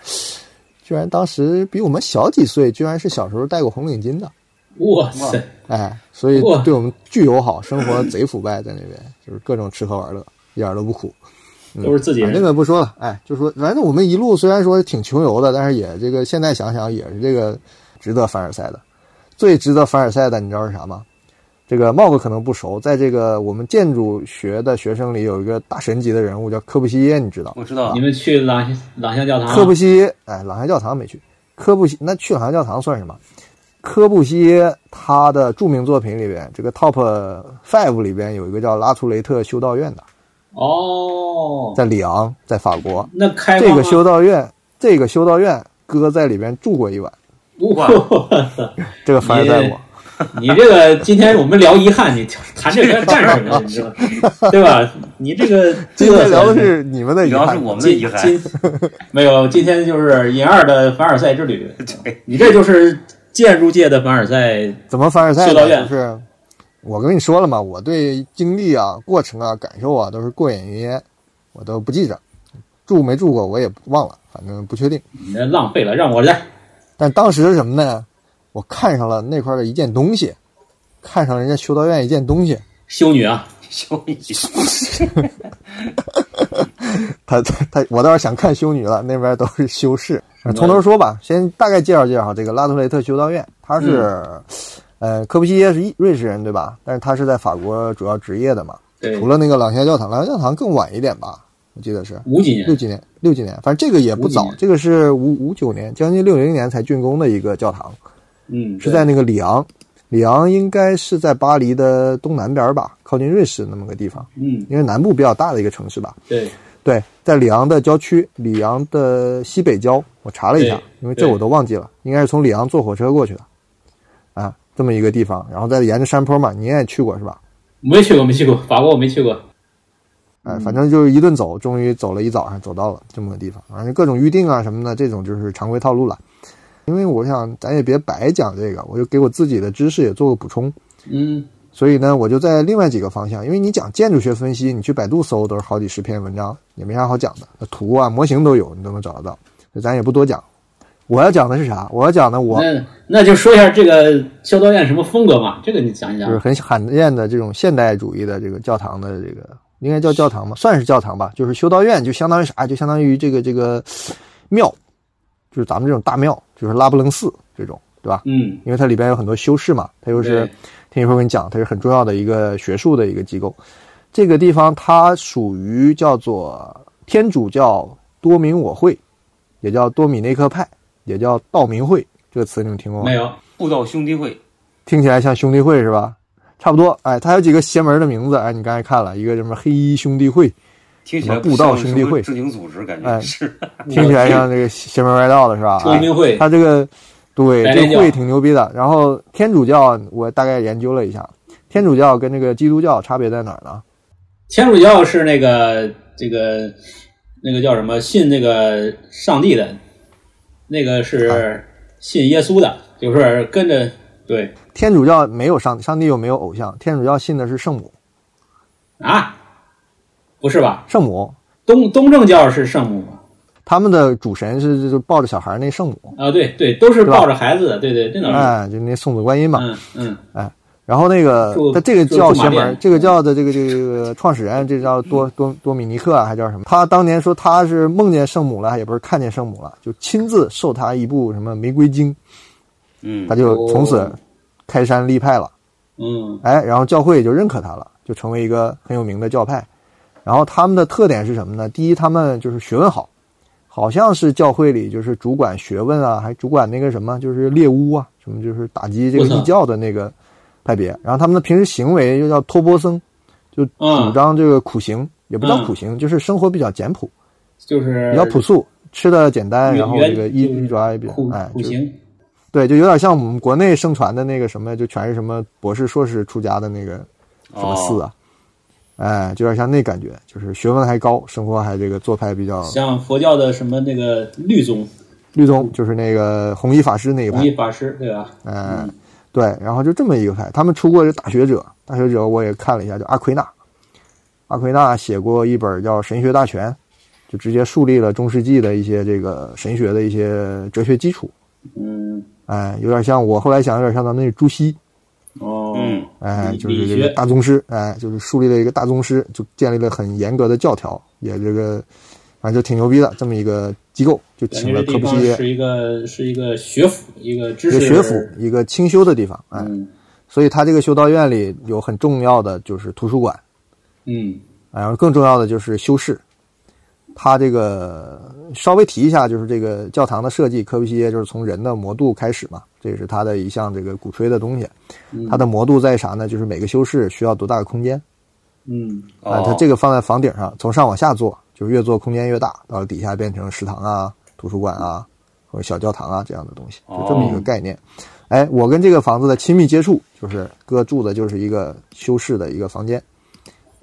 居然当时比我们小几岁，居然是小时候戴过红领巾的，
哇塞，
哎，所以
哇
对我们巨友好，生活贼腐败，在那边就是各种吃喝玩乐，一点儿都不苦。
都是自己
啊，那
人，
个不说了，哎，就说反正我们一路虽然说挺穷游的，但是也这个现在想想也是这个值得凡尔赛的。最值得凡尔赛的，你知道是啥吗？这个茂哥可能不熟，在这个我们建筑学的学生里有一个大神级的人物叫柯布西耶，你知道？
我知道
你，们去朗朗香教堂啊
柯布西耶，哎，朗香教堂没去，柯布西那去朗香教堂算什么？柯布西耶他的著名作品里边，这个 Top Five 里边有一个叫拉图雷特修道院的，
哦，
在里昂，在法国。
那开啊
这
放
个
吗
修道院，这个修道院，哥在里边住过一晚。
我操！
这个凡尔赛我，
你这个今天我们聊遗憾，你谈这个干什么？你知道对吧？你这个
今天聊的是你们的遗
主要是
憾。
我们的遗
今
憾。
今没有，今天就是银二的凡尔赛之旅。 你这就是建筑界的凡尔赛，
怎么凡尔赛
修道院
呢？就是我跟你说了嘛，我对经历啊、过程啊、感受啊都是过眼云烟，我都不记着，住没住过我也忘了，反正不确定。
你这浪费了，让我来。
但当时是什么呢？我看上了那块的一件东西，看上人家修道院一件东西，
修女啊，
修一 修，
他他他，我倒是想看修女了，那边都是修士。
嗯
从头说吧，先大概介绍介绍这个拉图雷特修道院，他是，
嗯
呃，科布西耶是一瑞士人对吧？但是他是在法国主要职业的嘛，
对
除，了那个朗香教堂，朗香教堂更晚一点吧，我记得是
五几
六
年，
几年，六几年，反正这个也不
嗯五
早
几，年
这个是五五九年，将近六零年才竣工的一个教堂，
嗯，
是
对
在那个里昂，里昂应该是在巴黎的东南边吧，靠近瑞士那么个地方，
嗯，
因为南部比较大的一个城市吧。
对，
对，在里昂的郊区，里昂的西北郊，我查了一下
对，
因为这我都忘记了，应该是从里昂坐火车过去的，啊，这么一个地方，然后再沿着山坡嘛，你也去过是吧？
没去过，没去过，法国我没去过。
哎，反正就是一顿走，终于走了一早上，走到了这么个地方，反正各种预定啊什么的，这种就是常规套路了。因为我想咱也别白讲这个，我就给我自己的知识也做个补充。
嗯，
所以呢，我就在另外几个方向，因为你讲建筑学分析，你去百度搜都是好几十篇文章，也没啥好讲的，那图啊、模型都有，你都能找得到，所以咱也不多讲。我要讲的是啥？我要讲的我
那那就说一下这个修道院什么风格嘛，这个你讲一
就是
讲。
很罕见的这种现代主义的这个教堂的这个，应该叫教堂吧，算是教堂吧，就是修道院，就相当于啥？就相当于这个这个庙，就是咱们这种大庙，就是拉卜楞寺这种，对吧？
嗯，
因为它里边有很多修士嘛，它又是
对
听一会儿跟你讲，它是很重要的一个学术的一个机构。这个地方它属于叫做天主教多明我会，也叫多米内克派，也叫道明会。这个词你们听过吗
没？有，
布道兄弟会，
听起来像兄弟会是吧？差不多。哎，它有几个邪门的名字。哎，你刚才看了一个什么黑衣兄弟会，
听起来
什么布道
不像
兄弟会
什么正经组织，感
哎
觉是。
嗯
听起来像这个邪门歪道的是吧？
多明会
哎它这个对
白
这
莲
个会
教
挺牛逼的。然后天主教我大概研究了一下，天主教跟这个基督教差别在哪儿呢？
天主教是那个这个那个叫什么信那个上帝的，那个
啊
是信耶稣的，就是跟着对
天主教没有上帝，上帝又没有偶像，天主教信的是圣母，
啊，不是吧？
圣母
东东正教是圣母吗？
他们的主神是就是抱着小孩儿那圣母，
啊，对对，都是
吧
抱着孩子的，对对，真的是，
哎，就那送子观音嘛。
嗯嗯，
然后那个
就，
他这个
就
教
驻马
邪门儿
店，
这个教的这个这个这个创始人，这叫多多多米尼克啊，还叫什么？他当年说他是梦见圣母了，也不是看见圣母了，就亲自授他一部什么玫瑰经，
嗯
他，就从此开山立派了。
嗯，
哎，然后教会也就认可他了，就成为一个很有名的教派。然后他们的特点是什么呢？第一，他们就是学问好，好像是教会里就是主管学问啊，还主管那个什么，就是猎巫啊，什么就是打击这个
我操
异教的那个派别。然后他们的平时行为又叫托钵僧，就主张这个苦行，也不叫
嗯
苦行，就是生活比较简朴，
就是
比较朴素，吃的简单，
原
然后这个衣
就是
衣着也比较
苦
哎，
苦
就
行，
对，就有点像我们国内盛传的那个什么，就全是什么博士、硕士出家的那个什么寺啊，哎，就有点像那感觉，就是学问还高，生活还这个做派比较
像佛教的什么那个律宗
律宗，就是那个弘一法师那一
弘
派
一，法师，对吧？
哎，对，然后就这么一个派，他们出过这大学者，大学者我也看了一下，叫阿奎那，阿奎那写过一本叫《神学大全》，就直接树立了中世纪的一些这个神学的一些哲学基础，
嗯，
哎，有点像我后来想，有点像咱们那朱熹。
哦，
嗯，
哎，
理
就是
理
这个
学
大宗师，哎，就是树立了一个大宗师，就建立了很严格的教条，也这个反正就挺牛逼的这么一个机构，就
感
请
觉
了科
这地
布
方
西耶，
是一个是一个学府，一个知
一个
识
学府，一个清修的地方，哎，
嗯，
所以它这个修道院里有很重要的就是图书馆，
嗯
然后更重要的就是修饰。它这个稍微提一下，就是这个教堂的设计，科布西耶就是从人的模度开始嘛，这也是他的一项这个鼓吹的东西。它的模度在啥呢？就是每个修饰需要多大的空间
嗯
哦
啊？它这个放在房顶上，从上往下做，就是越做空间越大，到了底下变成食堂啊、图书馆啊或者小教堂啊这样的东西，就这么一
哦
个概念。哎，我跟这个房子的亲密接触，就是哥住的就是一个修饰的一个房间。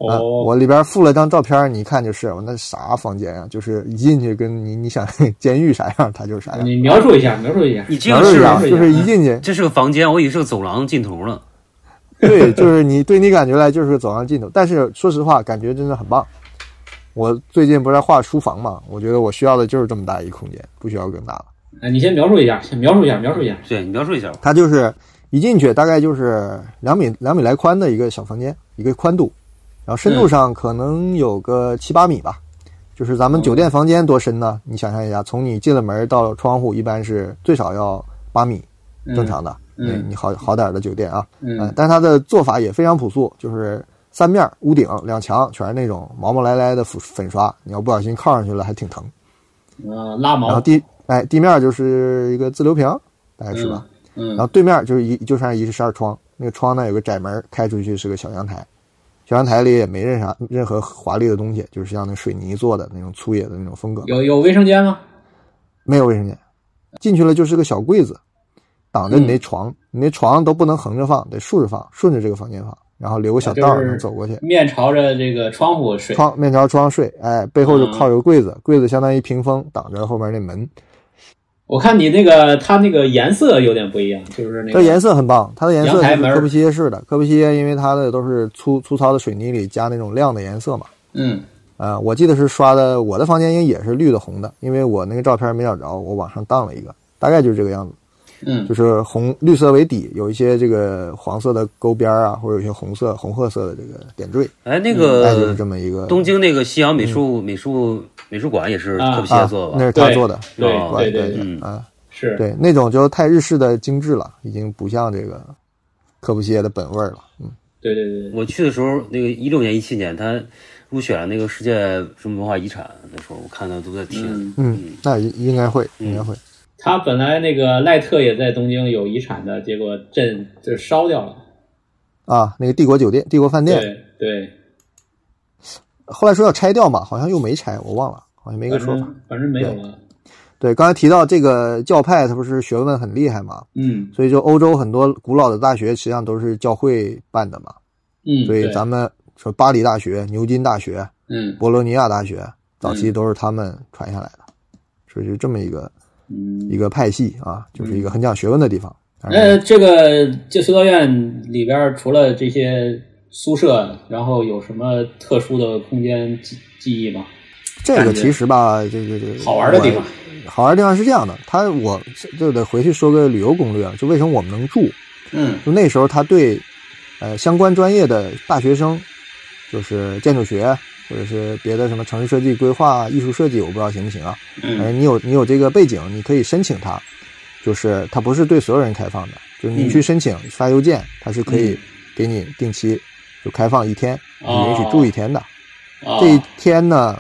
啊，
哦
我里边附了张照片儿，你一看就是我那啥房间啊，就是一进去跟你你想 监狱啥样，它就是啥样。
你描述一下，描述一下，
你这
然
个
后
是
是
是
这样
是
就是一进去，
这是个房间，我以为是个走廊尽头呢。
对，就是你对你感觉来就是个走上尽头。但是说实话，感觉真的很棒。我最近不是在画书房嘛，我觉得我需要的就是这么大一个空间，不需要更大了。
哎，你先描述一下，先描述一下，描述一下，
对你描述一下吧。
它就是一进去大概就是两米两米来宽的一个小房间，一个宽度，然后深度上可能有个七八米吧，就是咱们酒店房间多深呢？你想象一下，从你进了门到窗户一般是最少要八米，
嗯
正常的。
嗯
对你好好点儿的酒店啊，呃
嗯
但是它的做法也非常朴素，就是三面儿屋顶两墙全是那种毛毛来来的粉粉刷，你要不小心靠上去了还挺疼。
啊，拉
然后
毛，
地哎地面就是一个自流平，大概是吧？
嗯
然后对面就是一就像一扇窗，那个窗呢有个窄门，开出去是个小阳台，小阳台里也没任啥任何华丽的东西，就是像那水泥做的那种粗野的那种风格，
有有卫生间吗？
没有卫生间，进去了就是个小柜子，挡着你
嗯
那床，你那床都不能横着放，得竖着放，顺着这个房间放，然后留个小道
啊就
儿
是
能走过去。
面朝着这个窗户睡，
窗面朝窗睡，哎，背后就靠着个柜子，柜子相当于屏风挡着后面那门。
我看你那个它那个颜色有点不一样，就是那
它
个
颜色很棒，它的颜色
阳台
是
门儿
科布西耶式的。科布西耶因为它的都是粗粗糙的水泥里加那种亮的颜色嘛，
嗯
呃，我记得是刷的，我的房间应该也是绿的红的，因为我那个照片没找着，我往上荡了一个，大概就是这个样子，
嗯
就是红绿色为底，有一些这个黄色的勾边儿啊，或者有些红色红褐色的这个点缀，
哎，那
大概嗯就是
个
这么一个嗯
东京那个西洋美术美术美术馆也是
啊
特皮
啊
耶做，的
那
吧？
是他
对
做的，
对
哦
对
对
对对，
嗯
啊。
是
对，那种就太日式的精致了，已经不像这个科布西耶的本味儿了。嗯，
对对对对，
我去的时候，那个一六年、一七年，他入选了那个世界什么文化遗产，那时候我看到都在贴。
嗯，
嗯，那应该会，应该会。
他本来那个赖特也在东京有遗产的，结果镇就烧掉了，
啊，那个帝国酒店、帝国饭店，
对对，
后来说要拆掉嘛，好像又没拆，我忘了，好像没
一
个说法。
反正没有啊了，
对，刚才提到这个教派，它不是学问很厉害嘛，
嗯
所以就欧洲很多古老的大学实际上都是教会办的嘛，
嗯，
所以咱们说巴黎大学、牛津大学、
嗯
博洛尼亚大学，早期都是他们传下来的，所以就这么一个
嗯
一。个派系啊，就是一个很讲学问的地方。但是
那这个这修道院里边儿除了这些宿舍，然后有什么特殊的空间记记忆吗？
这
感
个
觉
其实吧，这个这个
好玩的地方，
我好玩的地方是这样的，他我就得回去说个旅游攻略，啊就为什么我们能住？
嗯
就那时候他对呃相关专业的大学生，就是建筑学或者是别的什么城市设计、规划、艺术设计，我不知道行不行啊。反
嗯
正你有你有这个背景，你可以申请它，就是它不是对所有人开放的，就是你
嗯
去申请发邮件，它是可以给你定期就开放一天，你
哦
允许住一天的。
啊，
哎这一天呢，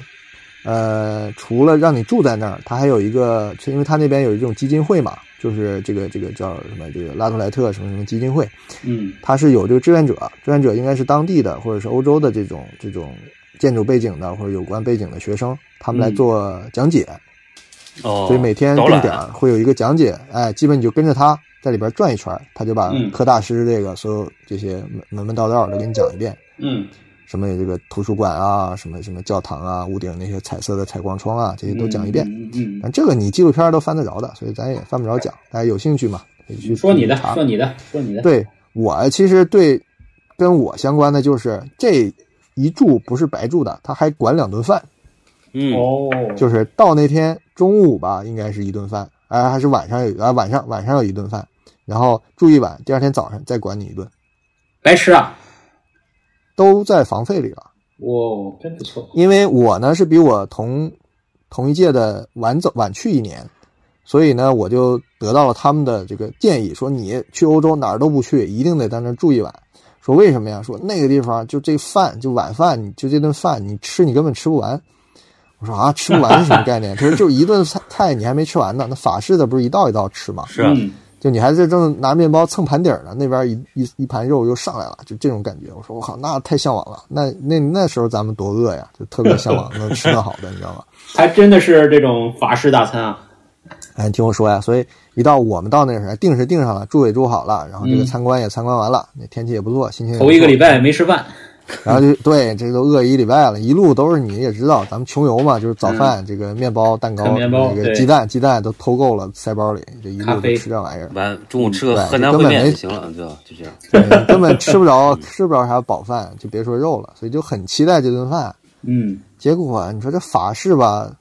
呃，除了让你住在那儿，它还有一个，因为它那边有一种基金会嘛，就是这个这个叫什么这个拉图莱特什么什么基金会，
嗯
它是有这个志愿者，志愿者应该是当地的或者是欧洲的这种这种建筑背景的或者有关背景的学生，他们来
嗯
做讲解，
哦，
所以每天
导
定点
览
儿会有一个讲解，哎，基本你就跟着他在里边转一圈儿，他就把
嗯
柯大师这个所有这些门门门道道的给你讲一遍。
嗯
什么这个图书馆啊，什么什么教堂啊，屋顶那些彩色的采光窗啊，这些都讲一遍。
嗯嗯，嗯
但这个你纪录片都翻得着的，所以咱也翻不着讲。大家有兴趣嘛，可以去
嗯说你的，
查
说你的，说你的，
对我其实对跟我相关的就是这一住不是白住的，他还管两顿饭，
嗯，
哦，
就是到那天中午吧，应该是一顿饭，哎，还是晚上有啊，晚上晚上有一顿饭，然后住一晚，第二天早上再管你一顿，
白痴啊！
都在房费里了。
哇，真不错。
因为我呢是比我同同一届的晚走晚去一年，所以呢，我就得到了他们的这个建议，说你去欧洲哪儿都不去，一定得在那儿住一晚。说为什么呀？说那个地方就这饭，就晚饭，你就这顿饭你吃你根本吃不完。我说啊，吃不完是什么概念？他 说就一顿菜菜你还没吃完呢，那法式的不是一道一道吃吗？
是啊，
嗯
就你还在正拿面包蹭盘底儿呢，那边一一一盘肉又上来了，就这种感觉。我说我靠，那太向往了。那那那时候咱们多饿呀，就特别向 往能吃顿好的，你知道吗？
还真的是这种法式大餐啊，
哎，你听我说呀，所以一到我们到那时候，定是定上了，住也住好了，然后这个
嗯
参观也参观完了，那天气也不错，心情也不
头一个
错
礼拜没吃饭，
然后就对，这都饿一礼拜了，一路都是你也知道，咱们穷游嘛，就是早饭、这个面包、蛋糕、
嗯啃面包
这个
对
鸡蛋，鸡蛋都偷够了塞包里，这一
咖
路就
啡
吃这玩意儿，
完中午吃个
嗯对
河南
根
烩
本
面
没
就行了，就就这样。
对根本吃不 着
嗯
吃不着啥饱饭，就别说肉了，所以就很期待这顿饭。
嗯，
结果啊你说这法式吧，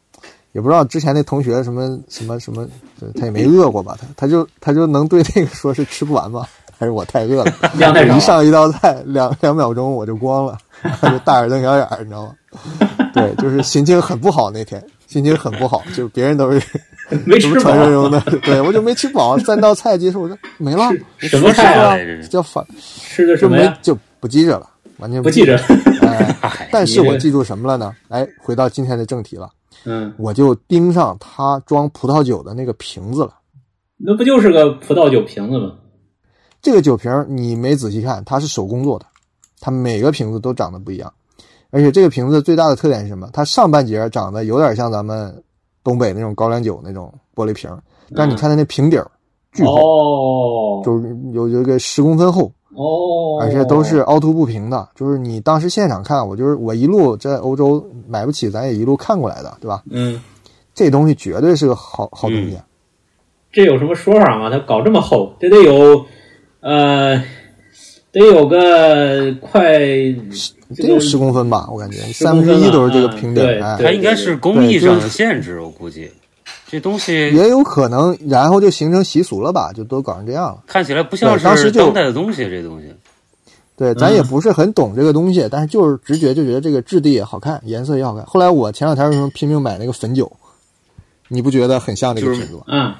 也不知道之前那同学什么什么什么，他也没饿过吧？他他就他就能对那个说是吃不完吗？还是我太饿了？
量太少 了
一上一道菜，两两秒钟我就光了， 就大眼瞪小眼儿，你知道吗？对，就是心情很不好那天，心情很不好，就是别人都是
没
都
吃
是
饱
传，说中的，对我就没吃饱，三道菜结束我就没了，
什么菜啊
哎这
我
是
叫反
吃的
就
什么
没
呀？
就不记着了，完全
不记着，
哎，但是
你这
我记住什么了呢？哎，回到今天的正题了，
嗯，
我就盯上他装葡萄酒的那个瓶子了。
那不就是个葡萄酒瓶子吗？
这个酒瓶儿你没仔细看，它是手工做的，它每个瓶子都长得不一样。而且这个瓶子最大的特点是什么？它上半截儿长得有点像咱们东北那种高粱酒那种玻璃瓶儿，但
嗯
是你看它那瓶底儿巨厚，
哦
就是有有一个十公分厚，
哦，
而且哎都是凹凸不平的。就是你当时现场看，我就是我一路在欧洲买不起，咱也一路看过来的，对吧？
嗯，
这东西绝对是个好好东西。
这有什么说法吗？他搞这么厚，这得有呃，得有个快
得有十公分吧，我感觉
10
三分之
嗯公分
一
了
都是这个
嗯
平底儿，
对
哎，
它应该是工艺上
对就
的限制，我估计这东西
也有可能，然后就形成习俗了吧，就都搞成这样了。
看起来不像
对当时
是
就
当代的东西，这东西
对，咱
嗯
也不是很懂这个东西，但是就是直觉就觉得这个质地也好看，颜色也好看。后来我前两天为什么拼命买那个汾酒？你不觉得很像这个
就是
瓶子吗？
啊、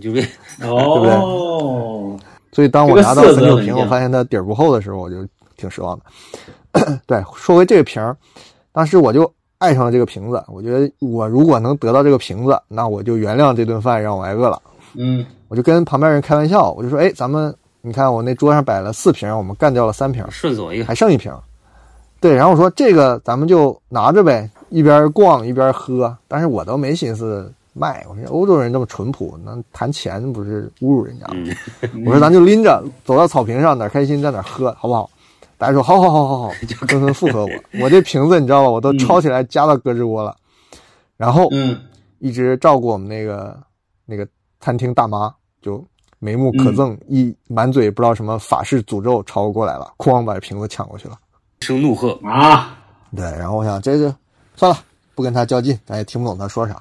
就是
嗯、哦，
所以当我拿到汾酒
这个色泽很
瓶，
像
我发现它底儿不厚的时候，我就挺失望的。 对，说回这个瓶儿，当时我就爱上了这个瓶子。我觉得我如果能得到这个瓶子，那我就原谅这顿饭让我挨饿了。
嗯
我就跟旁边人开玩笑，我就说：“哎，咱们你看我那桌上摆了四瓶，我们干掉了三瓶，
顺走一个
还，剩一瓶。”对，然后我说：“这个咱们就拿着呗，一边逛一边喝。”但是我都没心思卖，我说欧洲人这么淳朴，能谈钱不是侮辱人家吗？
嗯，
我说咱就拎着走到草坪上，哪儿开心在哪儿喝，好不好？大家说好好好好好，纷纷附和我。我这瓶子你知道吧，我都抄起来夹到胳肢窝了，然后
嗯，
一直照顾我们那个那个餐厅大妈，就眉目可憎，一满嘴不知道什么法式诅咒朝我过来了，哐把瓶子抢过去了。
声怒喝，
啊，
对，然后我想这就算了，不跟他较劲，咱也听不懂他说啥。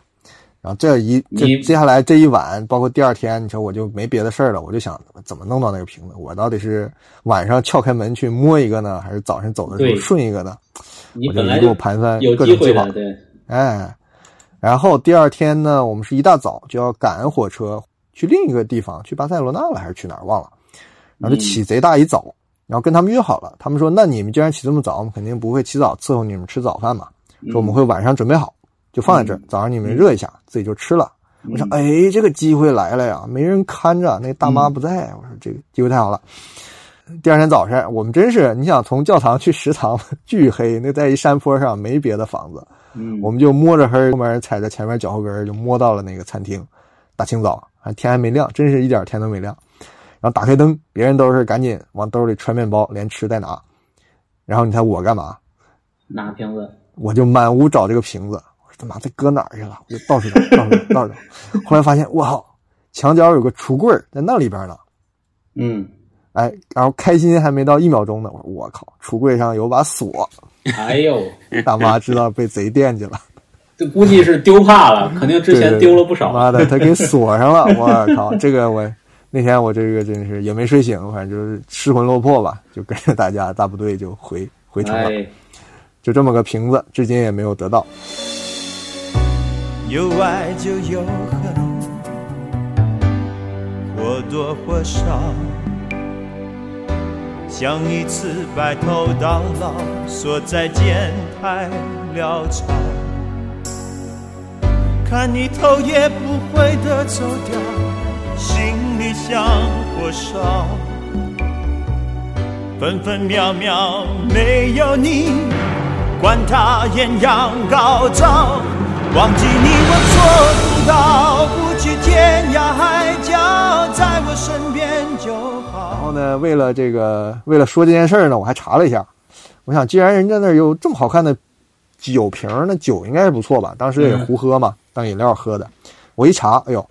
然后这一这
你
接下来这一晚，包括第二天，你说我就没别的事儿了，我就想怎么弄到那个瓶子？我到底是晚上撬开门去摸一个呢，还是早晨走的时候
对
顺一个呢？
你
我就
本来
一路盘算
有
各
机
种计
会
划
的，。对，
哎，然后第二天呢，我们是一大早就要赶火车去另一个地方，去巴塞罗那了还是去哪儿忘了，然后就起贼大一早，然后跟他们约好了，他们说那你们既然起这么早，我们肯定不会起早伺候你们吃早饭嘛，说我们会晚上准备好，就放在这儿，早上你们热一下，自己就吃了。我想，哎，这个机会来了呀，没人看着，那大妈不在，我说这个机会太好了。第二天早晨，我们真是，你想从教堂去食堂， 巨黑，那在一山坡上，没别的房子，
嗯，
我们就摸着黑儿，后面踩着前面脚后跟儿就摸到了那个餐厅。大清早啊，天还没亮，真是一点儿天都没亮。然后打开灯，别人都是赶紧往兜里揣面包，连吃带拿。然后你猜我干嘛？
拿瓶子，
我就满屋找这个瓶子，我说他妈这搁哪儿去了？我就到处找，到处找，到处找。后来发现，我靠，墙角有个橱柜儿在那里边儿呢。
嗯，
哎，然后开心还没到一秒钟呢，我说我靠，橱柜上有把锁，
哎呦，
大妈知道被贼惦记了。
这估计是丢怕 了，肯定之
对
前
对
丢了不少，
妈的， 他给锁上了，我靠！这个我那天我这个真是也没睡醒，反正就是失魂落魄吧，就跟着大家大部队就回回城了，
哎，
就这么个瓶子，至今也没有得到。
有爱就有恨，
多或少，想一次白头到老，说再见太潦草。看你头也不回的走掉，心里像火烧，分分秒秒没有你，管他艳阳高照，忘记你我做不到，不去天涯海角，在我身边就
然
好。
后呢，为了这个，为了说这件事儿呢，我还查了一下。我想，既然人家那儿有这么好看的酒瓶儿，那酒应该是不错吧？当时也胡喝嘛，当饮料喝的。我一查，哎呦，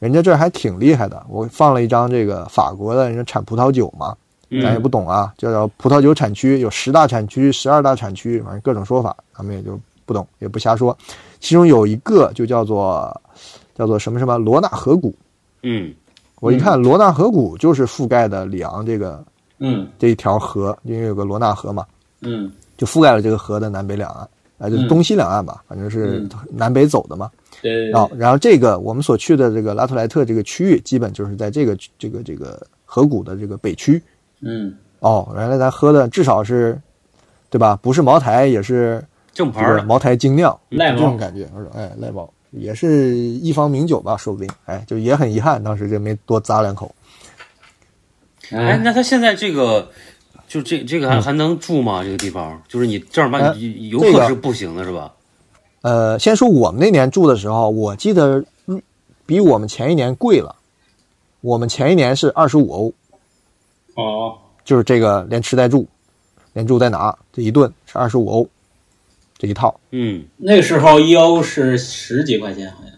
人家这儿还挺厉害的。我放了一张这个法国的人家产葡萄酒嘛，咱也不懂啊，叫叫葡萄酒产区有十大产区、十二大产区，反正各种说法，咱们也就不懂，也不瞎说。其中有一个就叫做叫做什么什么罗纳河谷，
嗯
我一看罗纳河谷就是覆盖的里昂这个
嗯
这一条河，因为有个罗纳河嘛，
嗯
就覆盖了这个河的南北两岸，啊、就是
嗯
东西两岸吧，反正是
嗯
南北走的嘛。
对
然后，然后这个我们所去的这个拉特莱特这个区域，基本就是在这个这个这个河谷的这个北区。
嗯
哦，原来咱喝的至少是，对吧？不是茅台，也是
正牌
这个
儿的，
茅台精酿，
嗯赖茅
这种感觉。我说，哎，赖宝也是一方名酒吧，说不定。哎，就也很遗憾，当时这没多咂两口。
哎，
哎
那他现在这个，就这这个还还能住吗？这个地方就是你正儿八经游
哎这
客
个
是不行的，是吧？
呃，先说我们那年住的时候，我记得嗯比我们前一年贵了。我们前一年是二十五欧，
哦
就是这个连吃带住，连住带拿这一顿是二十五欧，这一套，
嗯，
那个时候一欧是十几块钱好像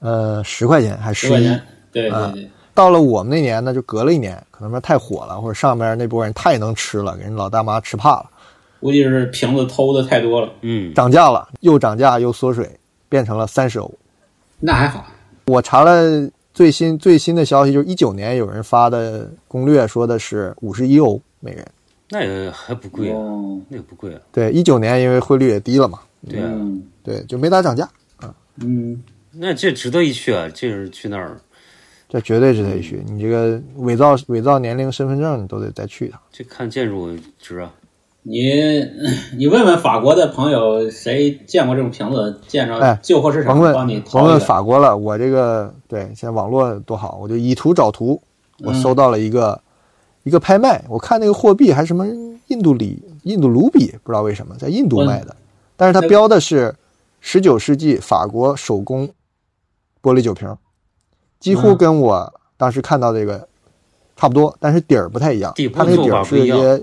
呃，十块钱还是
十块
十一
钱。对对
啊
对
到了我们那年呢，就隔了一年，可能说太火了，或者上面那波人太能吃了，给人老大妈吃怕了，
估计是瓶子偷的太多了
嗯，
涨价了，又涨价又缩水，变成了三十欧。
那还好
我查了最新最新的消息，就是一九年有人发的攻略，说的是五十一欧每人。
那也还不贵啊，
哦
那也不贵啊。
对，一九年因为汇率也低了嘛，
对啊，
嗯
对，就没咋涨价，
嗯
那这值得一去啊！这是去那儿，
这绝对值得一去。你这个伪造伪造年龄、身份证，你都得再去一趟。
这看建筑值啊。
你你问问法国的朋友，谁见过这种瓶子？见着
哎
旧货市
甭
场
问
帮你
甭
淘一
问
个。
法国了，我这个对现在网络多好，我就以图找图，我
嗯
搜到了一个、一个拍卖，我看那个货币还什么印度里印度卢比，不知道为什么在印度卖的，但是它
嗯那个
标的是十九世纪法国手工玻璃酒瓶，几乎
嗯
跟我当时看到这个差不多，但是底儿不太一样
底，部
它那个
做
底
法
儿
不
是
一样
些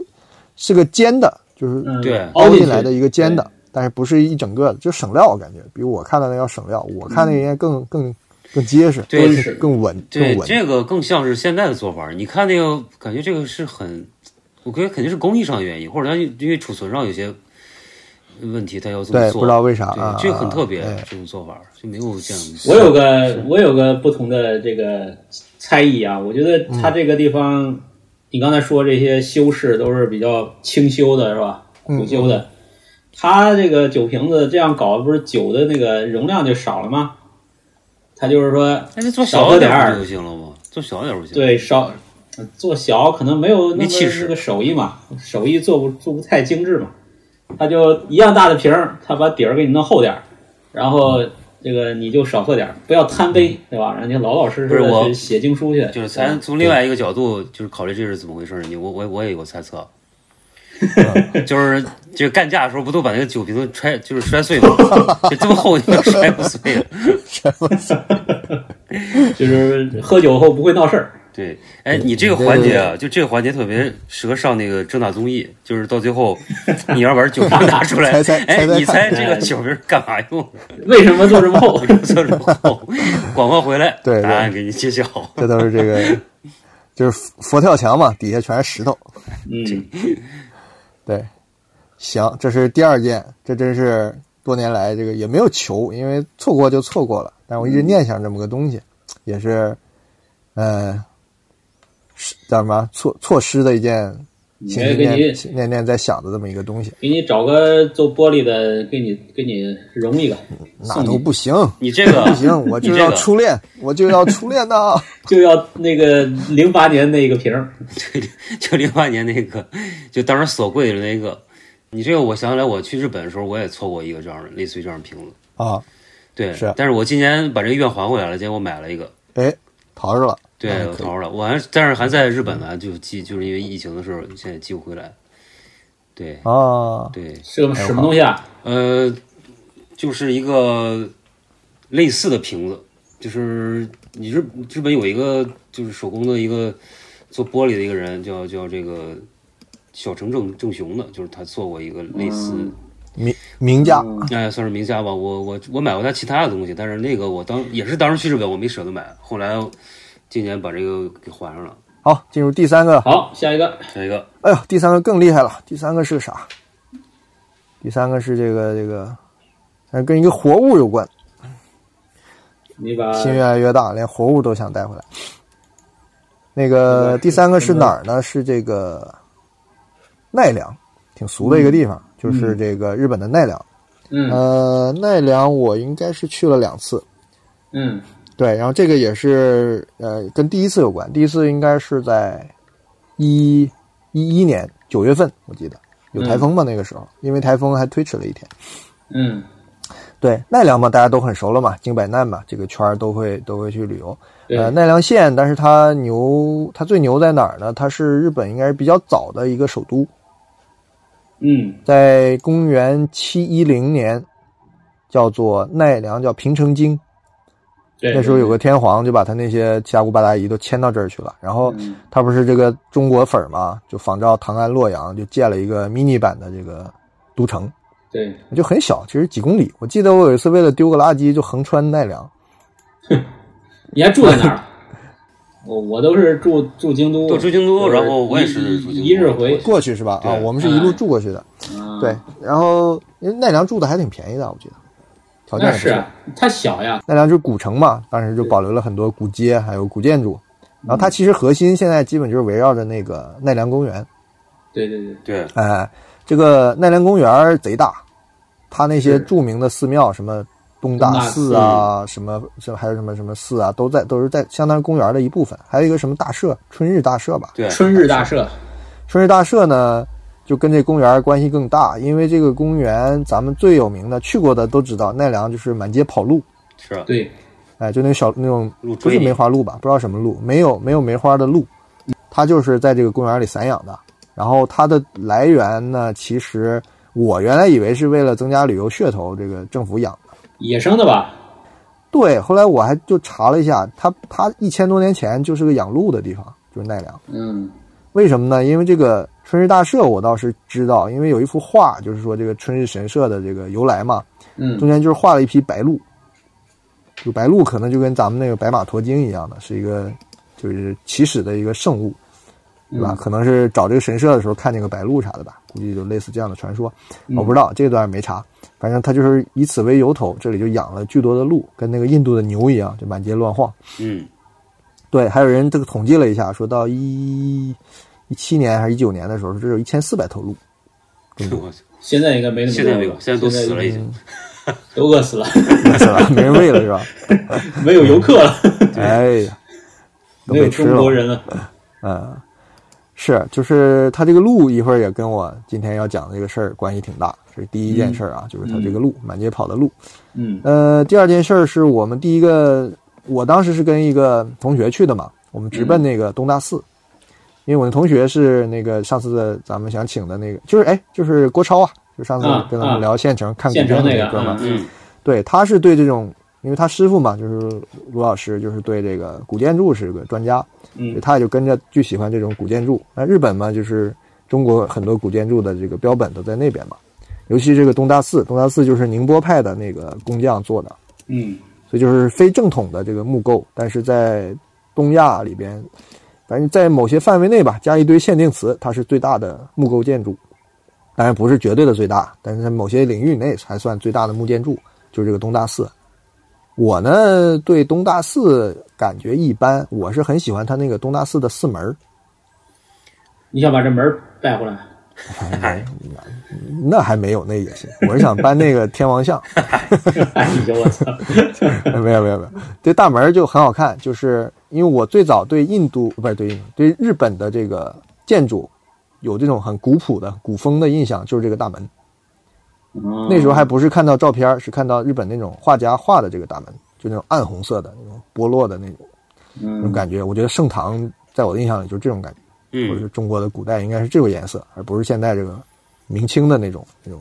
是个尖的，就是
嗯，
对
凹
进
进来的一个尖的
对，
但是不是一整个的，就省料，我感觉比我看到的要省料，我看那应该更更更结实，
对
更
是
更稳，
对
更，稳。
这个更像是现在的做法儿。你看那个，感觉这个是很，我觉得肯定是工艺上的原因，或者它因为储存上有些问题，它要这么
对，
做。
不知道为啥
对
啊，
这个很特别，
哎
这种做法儿就没有见过。
我有个我有个不同的这个猜疑啊，我觉得它这个地方，你刚才说这些修饰都是比较清修的，是吧？
嗯
古修的，它这个酒瓶子这样搞，不是酒的那个容量就少了吗？它就是说，
哎那就做
少
小
喝
点
点
儿
儿
不就行了吗？做小点儿不行？，
对少做小可能没有那
没
么
气势
那个手艺嘛，手艺做不做不太精致嘛，它就一样大的瓶儿，它把底儿给你弄厚点儿，然后这个你就少喝点儿，不要贪杯，对吧？让你老老实实
嗯不是
的
我
去写经书去，
就是咱
嗯
从另外一个角度，就是考虑这是怎么回事儿。你我我我也有猜测，
嗯
就是这干架的时候不都把那个酒瓶子摔，就是摔碎吗？就这么厚，你 都摔不碎了。
就是喝酒后不会闹事儿。
对，哎，你这个环节啊，就这个环节特别适合上那个正大综艺，就是到最后你要把酒瓶拿出来，
猜猜
哎，
猜猜
你猜
看
这个酒瓶干嘛用的？
为什么做这么厚？
做什么用？广告回来，
对对
答案给你揭晓。
这都是这个 就是佛跳墙嘛，底下全是石头。
嗯，
对，行，这是第二件，这真是多年来这个也没有求，因为错过就错过了，但我
嗯
一直念想这么个东西，也是，呃，是叫什么错错失的一件心
哎
心
给你
念念念在想的这么一个东西，
给你找个做玻璃的，给你给你融一个，
那都
送你
不行，
你这个
不行，我就
你这
要
个
初恋，我就要初恋呐！
就要那个零八年那个瓶儿，
就零八年那个，就当时锁柜里那个，你这个我想起来，我去日本的时候我也错过一个这样的类似于这样的瓶子，
啊，
对，
是
但是我今年把这个愿还回来了，结果买了一个，
哎，逃着了，
对，
嗯
我
可以
逃了，我还但是还在日本呢，就寄，就是因为疫情的时候，现在寄不回来，对，
啊，
对，
是个什么东西啊？
呃，就是一个类似的瓶子，就是你日日本有一个就是手工的一个做玻璃的一个人，叫叫这个小城正正雄的，就是他做过一个类似，
名名家
哎，算是名家吧。我我我买过他其他的东西，但是那个我当也是当时去日本我没舍得买，后来今年把这个给还上了。
好，进入第三个，
好，下一个
下一个，
哎呦，第三个更厉害了，第三个是个啥？第三个是这个这个，呃跟一个活物有关，
你把
心越来越大，连活物都想带回来。那个第三个是哪儿呢？是这个奈良，挺俗的一个地方，就是这个日本的奈良。
嗯
呃，奈良我应该是去了两次，
嗯
对，然后这个也是呃跟第一次有关，第一次应该是在一一一年九月份，我记得有台风嘛那个时候，因为台风还推迟了一天。
嗯，
对奈良嘛，大家都很熟了嘛，京百难嘛，这个圈儿都会都会去旅游。
对
呃，奈良县，但是它牛，它最牛在哪儿呢？它是日本应该是比较早的一个首都，
嗯
在公元七一零年，叫做奈良，叫平城京。
对，
那时候有个天皇就把他那些七大姑八大姨都迁到这儿去了，然后
嗯
他不是这个中国粉儿嘛，就仿照唐安洛阳就建了一个 mini 版的这个都城，
对，
就很小，其实几公里。我记得我有一次为了丢个垃圾就横穿奈良，
你还住在 哪儿？我我都是住住京都，
都住京都
我
然后我也是
一
住京都
一一日回，
过去是吧？啊，
对
我们是一
嗯
路住过去的，
啊
对。然后因为奈良住的还挺便宜的，我记得，条件
那
也不
是
错。
啊它小呀，
奈良就是古城嘛，当时就保留了很多古街还有古建筑。然后它其实核心现在基本就是围绕着那个奈良公园，
对对对，
对，
哎，这个奈良公园儿贼大，它那些
是
著名的寺庙，什么东
东
大
大
寺啊，什么什么还有什么什么寺啊，都在都是在相当于公园儿的一部分。还有一个什么大社，春日大社吧。
对，
春日大社，
春日大社呢，就跟这公园儿关系更大，因为这个公园咱们最有名的去过的都知道，奈良就是满街跑路，
是啊，
对，
哎，就那个小那种
路
不
追
是
你
梅花鹿吧？不知道什么鹿，没有没有梅花的鹿，它就是在这个公园里散养的。然后它的来源呢，其实我原来以为是为了增加旅游噱头，这个政府养的。
野生的吧？
对，后来我还就查了一下，它它一千多年前就是个养鹿的地方，就是奈良。
嗯
为什么呢？因为这个春日大社我倒是知道，因为有一幅画，就是说这个春日神社的这个由来嘛，中
嗯
间就是画了一匹白鹿，就白鹿可能就跟咱们那个白马驮金一样的，是一个就是起始的一个圣物，对吧？
嗯
可能是找这个神社的时候看见个白鹿啥的吧，估计就类似这样的传说，
嗯
我不知道这段没查，反正他就是以此为由头，这里就养了巨多的鹿，跟那个印度的牛一样，就满街乱晃。
嗯，
对，还有人这个统计了一下，说到一一七年还是一九年的时候，这有一千四百头鹿。
我
现在应该没那么多
现在没有，
了
嗯现在都死了已经。
都饿死了，
是吧？没人喂了是吧？
没有游客了，
哎呀，都
没有
被吃
中
了。
国人了。
嗯，是，就是他这个路一会儿也跟我今天要讲的这个事儿关系挺大。这是第一件事儿啊，就是他这个路、满街跑的路。
嗯
呃，第二件事儿是我们第一个，我当时是跟一个同学去的嘛，我们直奔那个东大寺，因为我的同学是那个上次的咱们想请的那个，就是哎，就是郭超啊，就上次
啊
跟咱们
啊
聊县城、看古
县
镇
城
的
那
个
个
哥们儿，
嗯
嗯，
对，他是对这种，因为他师傅嘛，就是卢老师，就是对这个古建筑是个专家，
嗯
所以他也就跟着巨喜欢这种古建筑。那日本嘛，就是中国很多古建筑的这个标本都在那边嘛，尤其这个东大寺，东大寺就是宁波派的那个工匠做的，
嗯
所以就是非正统的这个木构，但是在东亚里边，反正在某些范围内吧，加一堆限定词，它是最大的木构建筑。当然不是绝对的最大，但是在某些领域内还算最大的木建筑，就是这个东大寺。我呢对东大寺感觉一般，我是很喜欢它那个东大寺的寺门儿
你想把这门儿带回来。
嗯
那还没有，那也行。我是想搬那个天王像，
哎呦我操！
没有没有没有，对大门就很好看，就是因为我最早对印度不是对印度对日本的这个建筑有这种很古朴的古风的印象，就是这个大门。那时候还不是看到照片儿，是看到日本那种画家画的这个大门，就那种暗红色的那种剥落的那种那种
嗯
感觉。我觉得盛唐在我的印象里就是这种感觉。或者
嗯
是中国的古代应该是这种颜色，而不是现在这个明清的那种那种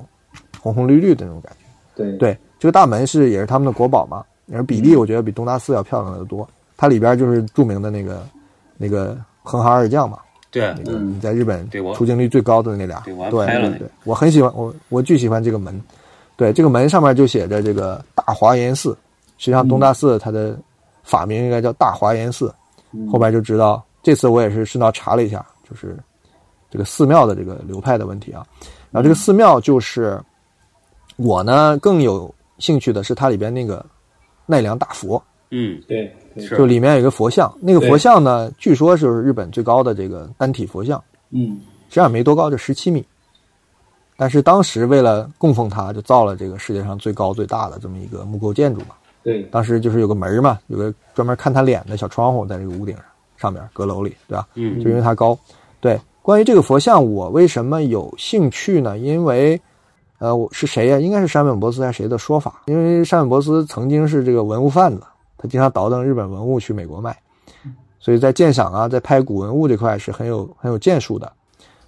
红红绿绿的那种感觉。
对
对，这个大门是也是他们的国宝嘛，而比例我觉得比东大寺要漂亮的多。它里边就是著名的那个那个横哈二将嘛，
对
那个
嗯
在日本
对我
出镜率最高的那俩，
对
对
我还
对
拍了那个
对，我很喜欢我我巨喜欢这个门，对这个门上面就写着这个大华严寺，实际上东大寺它的法名应该叫大华严寺，
嗯
后边就知道这次我也是顺道查了一下，就是这个寺庙的这个流派的问题啊，然后这个寺庙就是我呢更有兴趣的是它里边那个奈良大佛，
嗯，
对对，
是
就里面有一个佛像，那个
对
佛像呢，据说就是日本最高的这个单体佛像，
嗯
实际上没多高，就十七米。但是当时为了供奉它，就造了这个世界上最高最大的这么一个木构建筑嘛。
对
当时就是有个门儿嘛，有个专门看他脸的小窗户在这个屋顶上上面阁楼里，对吧？
嗯
就因为它高。对，关于这个佛像，我为什么有兴趣呢？因为，呃，我是谁呀、应该是山本博斯还是谁的说法？因为山本博斯曾经是这个文物贩子，他经常倒腾日本文物去美国卖，所以在鉴赏啊，在拍古文物这块是很有很有建树的。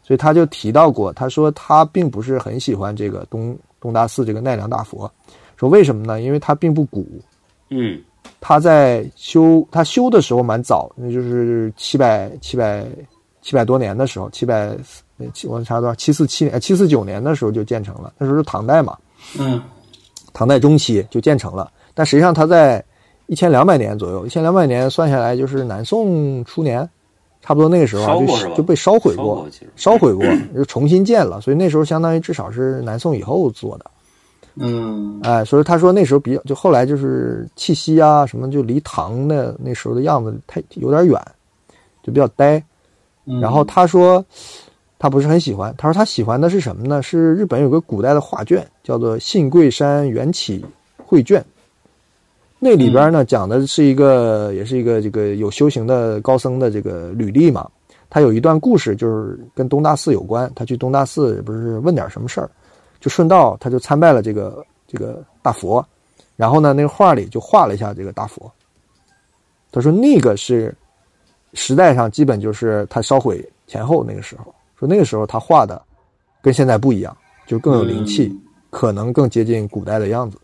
所以他就提到过，他说他并不是很喜欢这个东东大寺这个奈良大佛，说为什么呢？因为它并不古，
嗯
他在修，他修的时候蛮早，那就是七百七百七百多年的时候，七百七我查多少？七四七年、呃七四九年的时候就建成了，那时候是唐代嘛，
嗯
唐代中期就建成了。但实际上它在一千两百年左右，一千两百年算下来就是南宋初年，差不多那个时候、啊、
烧过是吧
就就被烧毁
烧
过，
过其实
烧毁过，就重新建了。所以那时候相当于至少是南宋以后做的。
嗯
哎，所以他说那时候比较，就后来就是气息啊什么，就离唐的那时候的样子太有点远，就比较呆。
嗯，
然后他说他不是很喜欢，他说他喜欢的是什么呢？是日本有个古代的画卷，叫做《信贵山缘起绘卷》，那里边呢讲的是一个，也是一个这个有修行的高僧的这个履历嘛。他有一段故事，就是跟东大寺有关。他去东大寺不是问点什么事儿，就顺道他就参拜了这个这个大佛，然后呢，那个画里就画了一下这个大佛。他说那个是时代上基本就是他烧毁前后那个时候，说那个时候他画的跟现在不一样，就更有灵气，可能更接近古代的样子。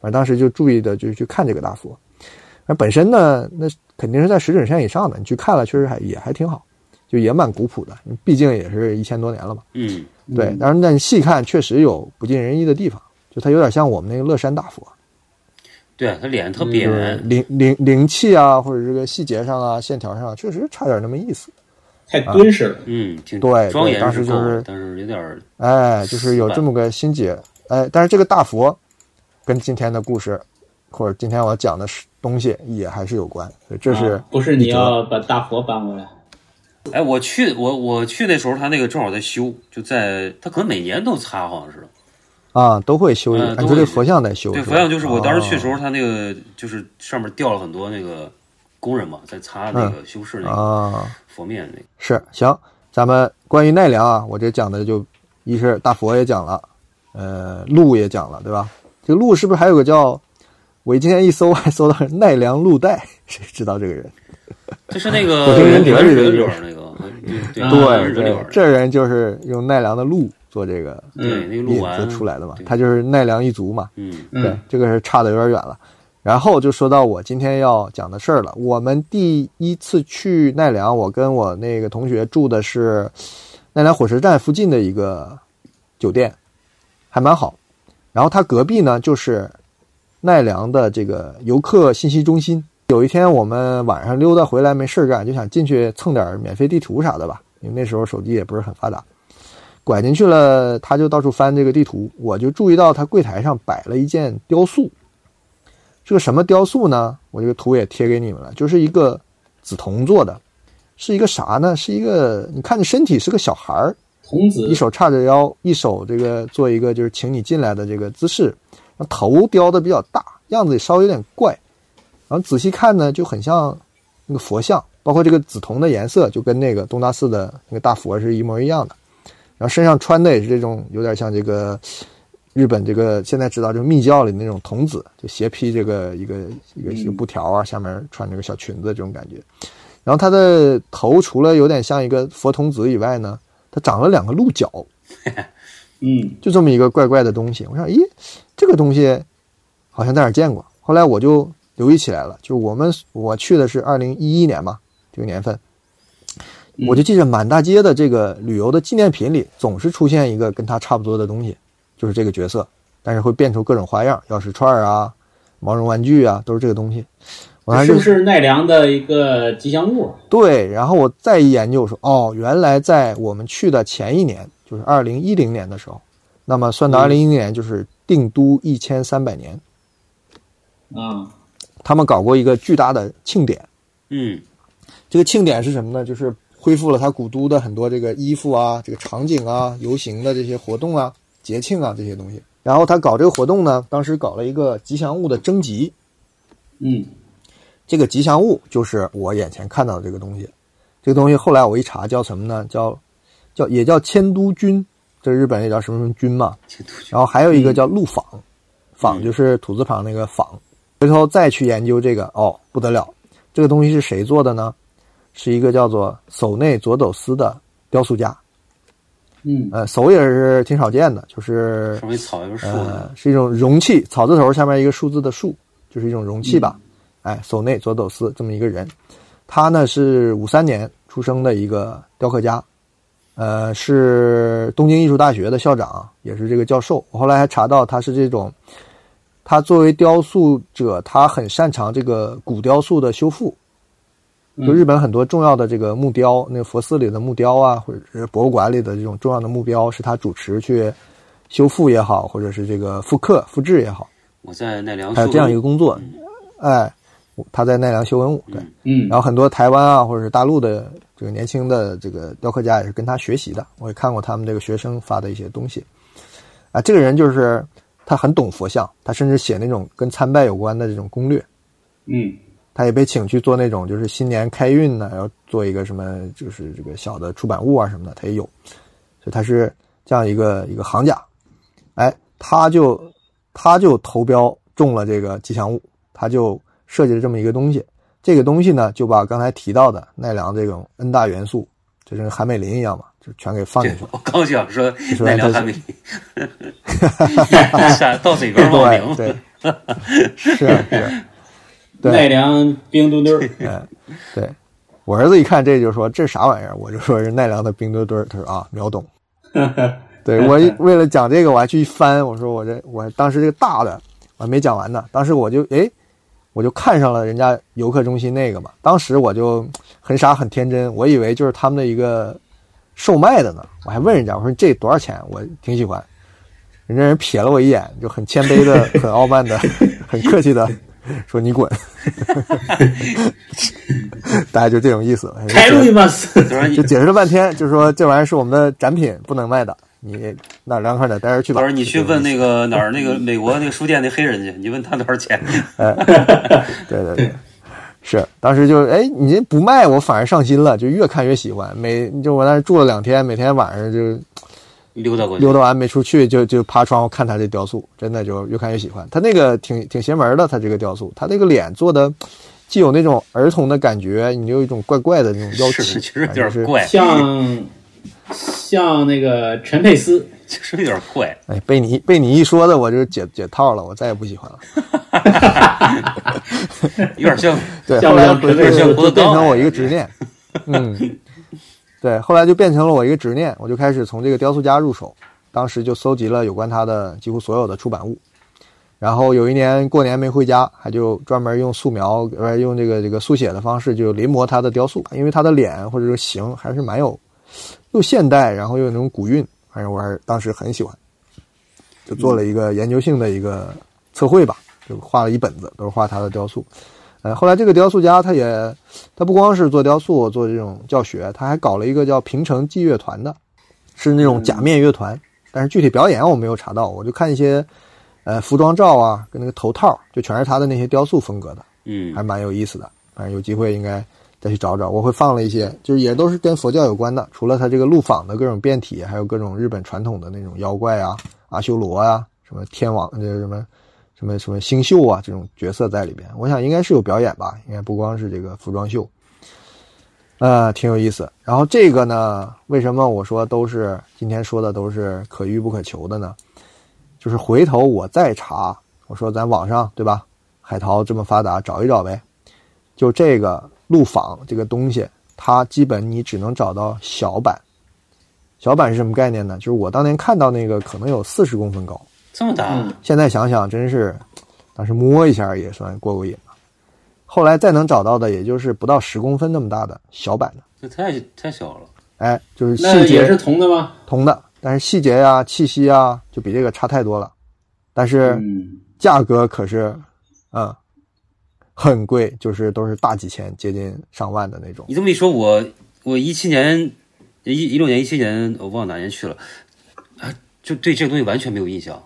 反正当时就注意的就是去看这个大佛，而本身呢，那肯定是在石准山以上的，你去看了，确实还也还挺好，就也蛮古朴的，毕竟也是一千多年了嘛。
嗯
对，但是那你细看，确实有不尽人意的地方，就它有点像我们那个乐山大佛，
对他脸特别
就是
圆，
灵灵灵气啊，或者这个细节上啊、线条上啊，确实差点那么意思。
太敦实了，
嗯，挺
对对
庄严
当
是
时
够
就是
的，但是有点儿
哎，就是有这么个心结。哎，但是这个大佛跟今天的故事，或者今天我要讲的是东西也还是有关，所以这是、
啊不是你要把大佛搬过来？
哎，我去，我我去那时候，他那个正好在修，就在他可能每年都擦，好像是。
啊都会修一个。
嗯
哎
都
你说
会
这佛像在修，
对，
吧
佛像就是我当时去的时
哦
候，他那个就是上面掉了很多那个工人嘛，在擦那个修饰那个
嗯啊。
佛面那个。
是行，咱们关于奈良啊，我这讲的就一是大佛也讲了，呃，鹿也讲了，对吧？这个鹿是不是还有个叫？我今天一搜 还搜到奈良鹿带，谁知道这个人？
就是那个啊
我听人
里
聊这个
里边那个，对
对
人里
对
边，
这人就是用奈良的鹿做这个
对那个
引
鹿丸
子出来的嘛
对，
他就是奈良一族嘛。
嗯
对
嗯，
这个是差的有点远了。然后就说到我今天要讲的事儿了。我们第一次去奈良，我跟我那个同学住的是奈良火车站附近的一个酒店，还蛮好。然后它隔壁呢就是奈良的这个游客信息中心。有一天我们晚上溜达回来没事儿干，就想进去蹭点儿免费地图啥的吧，因为那时候手机也不是很发达。拐进去了，他就到处翻这个地图，我就注意到他柜台上摆了一件雕塑。这个什么雕塑呢？我这个图也贴给你们了，就是一个紫铜做的，是一个啥呢？是一个你看着身体是个小孩儿，
童子
一手叉着腰，一手这个做一个就是请你进来的这个姿势，然后头雕的比较大，样子也稍微有点怪，然后仔细看呢就很像那个佛像，包括这个紫铜的颜色就跟那个东大寺的那个大佛是一模一样的，然后身上穿的也是这种有点像这个日本这个现在知道就是密教里那种童子，就斜披这个一个一个一个布条啊，下面穿这个小裙子这种感觉，然后他的头除了有点像一个佛童子以外呢。它长了两个鹿角，
嗯，
就这么一个怪怪的东西。我想，咦，这个东西好像在哪儿见过。后来我就留意起来了，就是我们我去的是二零一一年嘛，这个年份，我就记着满大街的这个旅游的纪念品里，总是出现一个跟它差不多的东西，就是这个角色，但是会变出各种花样，钥匙串啊、毛绒玩具啊，都是这个东西。我还
是不是奈良的一个吉祥物？
对，然后我再一研究说，哦，原来在我们去的前一年，就是二零一零年的时候，那么算到二零一零年，就是定都一千三百年，
啊，
他们搞过一个巨大的庆典。
嗯，
这个庆典是什么呢？就是恢复了他古都的很多这个衣服啊、这个场景啊、游行的这些活动啊、节庆啊这些东西。然后他搞这个活动呢，当时搞了一个吉祥物的征集，
嗯，
这个吉祥物就是我眼前看到的这个东西。这个东西后来我一查叫什么呢？叫叫也叫迁都君，这日本也叫什么什么君嘛。然后还有一个叫陆舫，舫就是土字旁那个舫。回头再去研究这个，哦，不得了，这个东西是谁做的呢？是一个叫做守内佐斗司的雕塑家。
嗯
呃，手也是挺少见的，就是
上面草又是树
呃
的，，
是一种容器，草字头下面一个数字的数，就是一种容器吧。哎，手内佐斗司这么一个人，他呢是五三年出生的一个雕刻家，呃，是东京艺术大学的校长，也是这个教授。我后来还查到他是这种，他作为雕塑者，他很擅长这个古雕塑的修复。就日本很多重要的这个木雕，那个佛寺里的木雕啊，或者是博物馆里的这种重要的木标，是他主持去修复也好，或者是这个复刻、复制也好，
我在奈良
还有这样一个工作
嗯。
哎，我他在奈良修文物，对，
嗯
然后很多台湾啊或者是大陆的这个年轻的这个雕刻家也是跟他学习的，我也看过他们这个学生发的一些东西。啊，这个人就是他很懂佛像，他甚至写那种跟参拜有关的这种攻略。
嗯
他也被请去做那种就是新年开运呢，要做一个什么就是这个小的出版物啊什么的，他也有，所以他是这样一个一个行家，哎，他就他就投标中了这个吉祥物，他就设计了这么一个东西，这个东西呢就把刚才提到的奈良这种 N 大元素，就是跟韩美林一样嘛，就全给放进
对
去了，
我刚想说
说
奈良
它
还
是
没，下到嘴边冒
对
名，
对，是是， 对
奈良冰墩墩儿，
对我儿子一看这就说这啥玩意儿，我就说是奈良的冰墩墩儿，他说啊秒懂。对 我一为了讲这个，我还去翻，我说我这我当时这个大的我还没讲完呢，当时我就诶，我就看上了人家游客中心那个嘛，当时我就很傻很天真，我以为就是他们的一个售卖的呢，我还问人家我说这多少钱，我挺喜欢，人家人瞥了我一眼，就很谦卑 的、很傲慢的、很客气的说你滚， 大概就这种意思。
开路一把
就说你
就解释了半天，就说这玩意儿是我们的展品，不能卖的，你那凉快点待着去吧。
到时候你去问那个哪儿那个美国那个书店那黑人去，你问他多少 钱，
哎对 对对，是当时就是哎，你这不卖我反而上心了，就越看越喜欢。每就我那儿住了两天，每天晚上就
溜达过去
溜达完没出去，就就爬窗户看他这雕塑，真的就越看越喜欢。他那个挺挺邪门的，他这个雕塑，他那个脸做的既有那种儿童的感觉，你就有一种怪怪的那种妖
是
气，
其实有
反正
点
啊是。
怪，
像像那个陈佩斯，
其实有点怪。
哎，被你被你一说的，我就解解套了，我再也不喜欢了。
有点像，
对，
像
后来
两
回
只
来
像
就
郭德
就变
纲
成我
哎
一个执念， 嗯，对，后来就变成了我一个执念，我就开始从这个雕塑家入手，当时就搜集了有关他的几乎所有的出版物，然后有一年过年没回家，还就专门用素描，呃，用这个这个速写的方式就临摹他的雕塑，因为他的脸或者说形还是蛮有又现代，然后又有那种古韵，反正我还是当时很喜欢，就做了一个研究性的一个测绘吧，就画了一本子，都是画他的雕塑。呃，后来这个雕塑家他也，他不光是做雕塑、做这种教学，他还搞了一个叫平城伎乐团的，是那种假面乐团，但是具体表演我没有查到，我就看一些呃服装照啊，跟那个头套，就全是他的那些雕塑风格的，
嗯
还蛮有意思的。反正有机会应该再去找找，我会放了一些，就是也都是跟佛教有关的，除了他这个路坊的各种变体，还有各种日本传统的那种妖怪啊、阿修罗啊、什么天王这什么什么什么星宿啊这种角色在里边。我想应该是有表演吧，应该不光是这个服装秀。呃，挺有意思。然后这个呢，为什么我说都是今天说的都是可遇不可求的呢？就是回头我再查，我说咱网上对吧？海淘这么发达，找一找呗。就这个路坊这个东西，它基本你只能找到小版。小版是什么概念呢？就是我当年看到那个可能有四十公分高，
这么大，
现在想想真是，当时摸一下也算过过瘾了。后来再能找到的，也就是不到十公分那么大的小版的，
这太太小了。
哎，就是
那
细
也是
节
铜的吗？
铜的，但是细节呀、气息啊，就比这个差太多了。但是
嗯，
价格可是，嗯，很贵，就是都是大几千，接近上万的那种。
你这么一说，我我一七年、一一六年、一七年，我忘了哪年去了，啊，就对这个东西完全没有印象。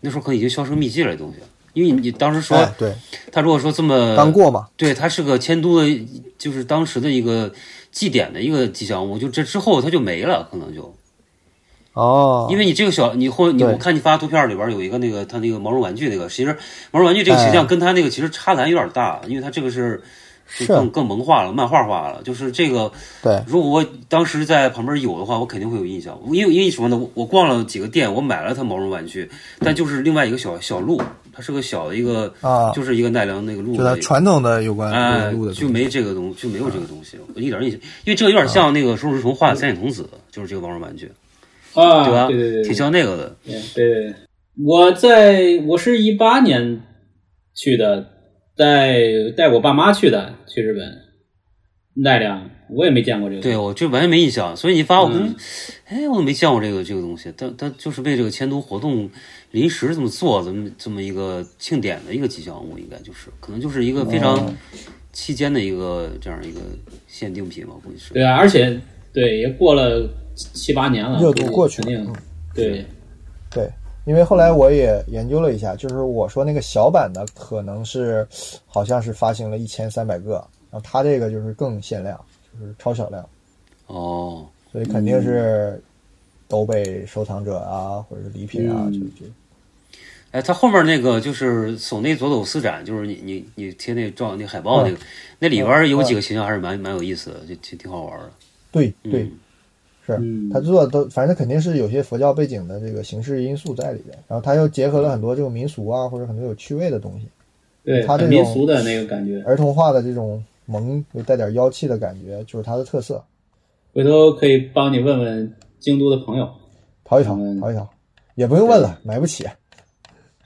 那时候可能已经销声匿迹了，这东西。因为你你当时说，呃
哎、对，
他如果说这么
刚过嘛，
对，它是个迁都的，就是当时的一个祭典的一个吉祥物，就这之后它就没了，可能就
哦，
因为你这个小，你后你
对
我看你发图片里边有一个那个他那个毛绒玩具那个，其实毛绒玩具这个形象
哎
跟他那个其实差的还有点大，因为他这个是就是更更萌化了，漫画化了，就是这个。
对，
如果我当时在旁边有的话，我肯定会有印象，因为因为什么呢？我我逛了几个店，我买了它毛绒玩具，但就是另外一个小小鹿，它是个小的一个，
啊
就是一个奈良那个鹿
就
的
它
一个，
传统的有关
哎
录的，
就没这个东，就没有这个东西，我一点印象，因为这个有点
啊
像那个手冢治虫画的三眼童子，就是这个毛绒玩具，
啊，
对吧？
对对对，
挺像那个的，
对对对，我在我是一八年去的，带带我爸妈去的，去日本奈良，我也没见过这个。
对我就完全没印象，所以你发我可能
嗯，
哎，我都没见过这个这个东西，但但就是被这个迁都活动临时这么做，这么这么一个庆典的一个吉祥物，应该就是可能就是一个非
哦
常期间的一个这样一个限定品吧，估计是。
对啊，而且对也过了七八年了，
热度
估计
过去了
肯定
嗯
对。
对，因为后来我也研究了一下，就是我说那个小版的可能是好像是发行了一千三百个，然后它这个就是更限量，就是超小量，
哦，
所以肯定
嗯
是都被收藏者啊或者是礼
嗯
品啊，就就
哎，他后面那个就是手内佐佐斯展，就是你你你贴那照那海报那个，
嗯
那里边有几个形象还是蛮蛮有意思的，就挺挺好玩的。
对
嗯
对，是
嗯
他做的都，反正肯定是有些佛教背景的这个形式因素在里边，然后他又结合了很多这种民俗啊或者很多有趣味的东西，
对，
它这
很
种
民俗的那个感觉，
儿童化的这种萌又带点妖气的感觉，就是它的特色，
回头可以帮你问问京都的朋友。
淘一淘，
嗯
淘一淘，也不用问了，买不起，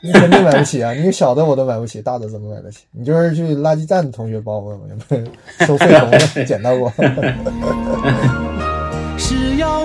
你肯定买不起啊！你小的我都买不起，大的怎么买得起？你就是去垃圾站的同学帮我问问有没 有收废铜的捡到过。啊
是要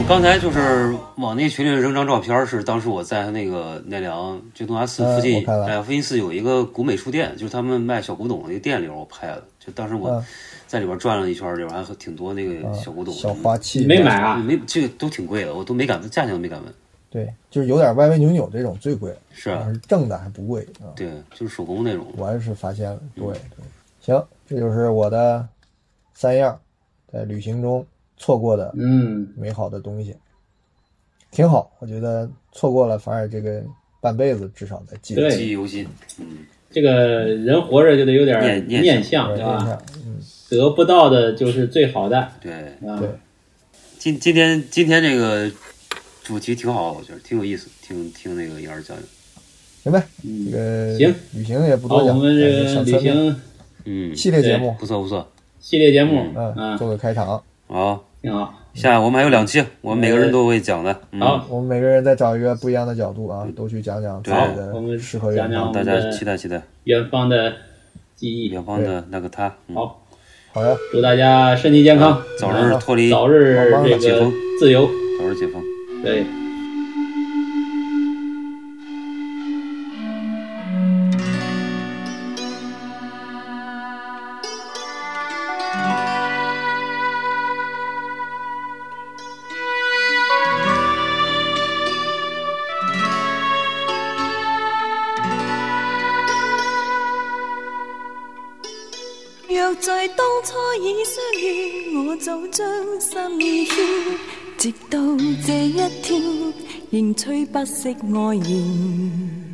我刚才就是往那群里扔张照片，是当时我在那个奈良就东华寺附
嗯
近
我，看了
哎，附近寺有一个古美术店，就是他们卖小古董的那个店里边，我拍的。就当时我
嗯
在里边转了一圈，里边还挺多那个小古董的。嗯
小花器
你没买啊？
没这个都挺贵的，我都没敢问，价钱都没敢问。
对，就是有点歪歪扭扭这种最贵，
是
要
啊，
是正的还不贵啊。
对，就是手工那种。
我还是发现了，对对，行，这就是我的三样在旅行中错过的
嗯，
美好的东西，挺好。我觉得错过了，反而这个半辈子至少在记得。
记忆
对，
犹新，嗯，
这个人活着就得有点
念念
念
我
想，对啊
也印
吧？
象嗯，
得不到的就是最好的啊。
对。
对
今今天今天这个主题挺好，我觉得挺有意思，听听那个杨儿讲讲。
行呗，这
嗯，
个
行
旅行也不
好，
多
我
讲，
们这
感觉
个
小
旅
三面
行
嗯，
系列节目，
不错不错，
系列节目，
嗯，
啊，
做个开场。
好，
挺好。
下我们还有两期，我们每个人都会讲的。嗯、
呃好，
我们每个人再找一个不一样的角度啊，都去讲讲自己
对
我
的
们
诗和
讲
远
讲
方
我。
大
们
家
的
期待期待。
远方的记忆。
远方的那个他，嗯，
好，
好呀，
祝大家身体健康，
早日脱离，
早
早
日
好吧
这
解
个
封
自由。
日解封。
对。
若在当初已相遇，我早将心意献。直到这一天，仍吹不息爱言。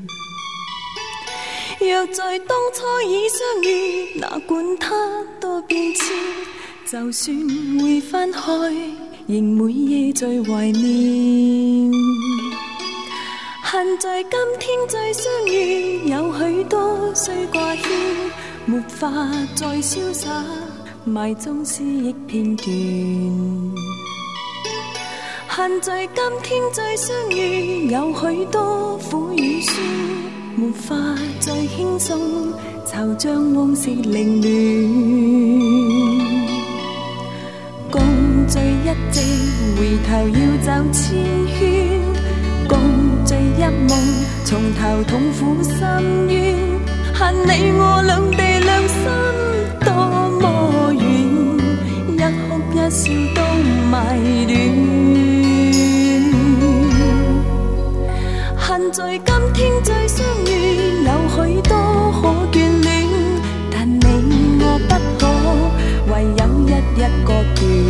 若在当初已相遇，哪管他多变迁，就算会分开，仍每夜最怀念。恨在今天再相遇，有许多需挂牵，没法再潇洒，埋踪思忆片段。恨在今天再相遇，有许多苦与酸，没法再轻松，惆怅往事凌乱。共聚一夕，回头要走千圈；共聚一梦，从头痛苦心冤。恨你我兩地兩心多麼遠，一哭一笑都迷戀。恨在今天再相遇，有許多可眷戀，但你我不可，唯有一一割斷。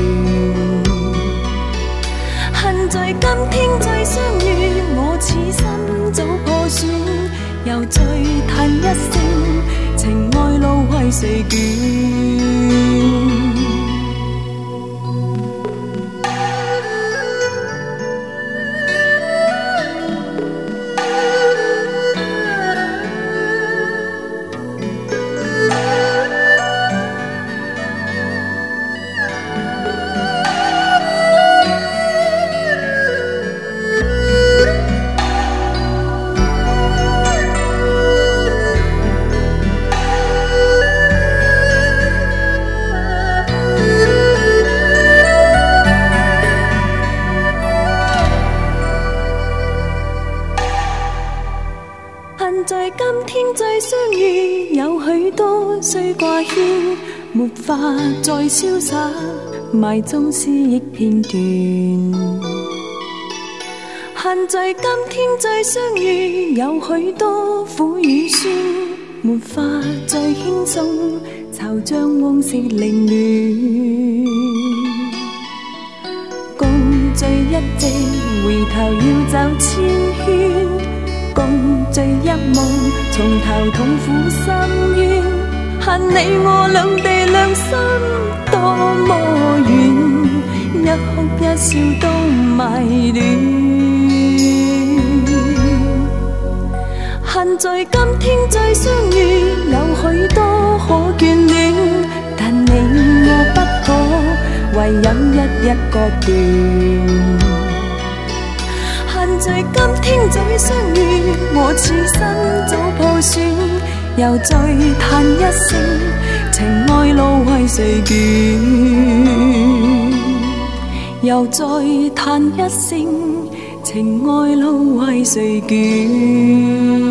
恨在今天再相遇，我此心早破損，又再嘆一聲，情愛路為誰捲？恨在今天再相遇，有许多需挂牵，没法再潇洒，埋踪思忆片段。恨在今天再相遇，有许多苦与酸，没法再轻松，惆怅往事凌乱。共聚一夕，回頭要走千圈。共聚一夢，從頭痛苦心冤。恨你我兩地兩心多麼遠，一哭一笑都迷戀。恨在今天再相遇，有許多可眷戀，但你我不可，唯有一一割斷。恨在今天再相遇，我此生早破損，又再嘆一聲，情愛路為誰捲？又再嘆一聲，情愛路為誰捲？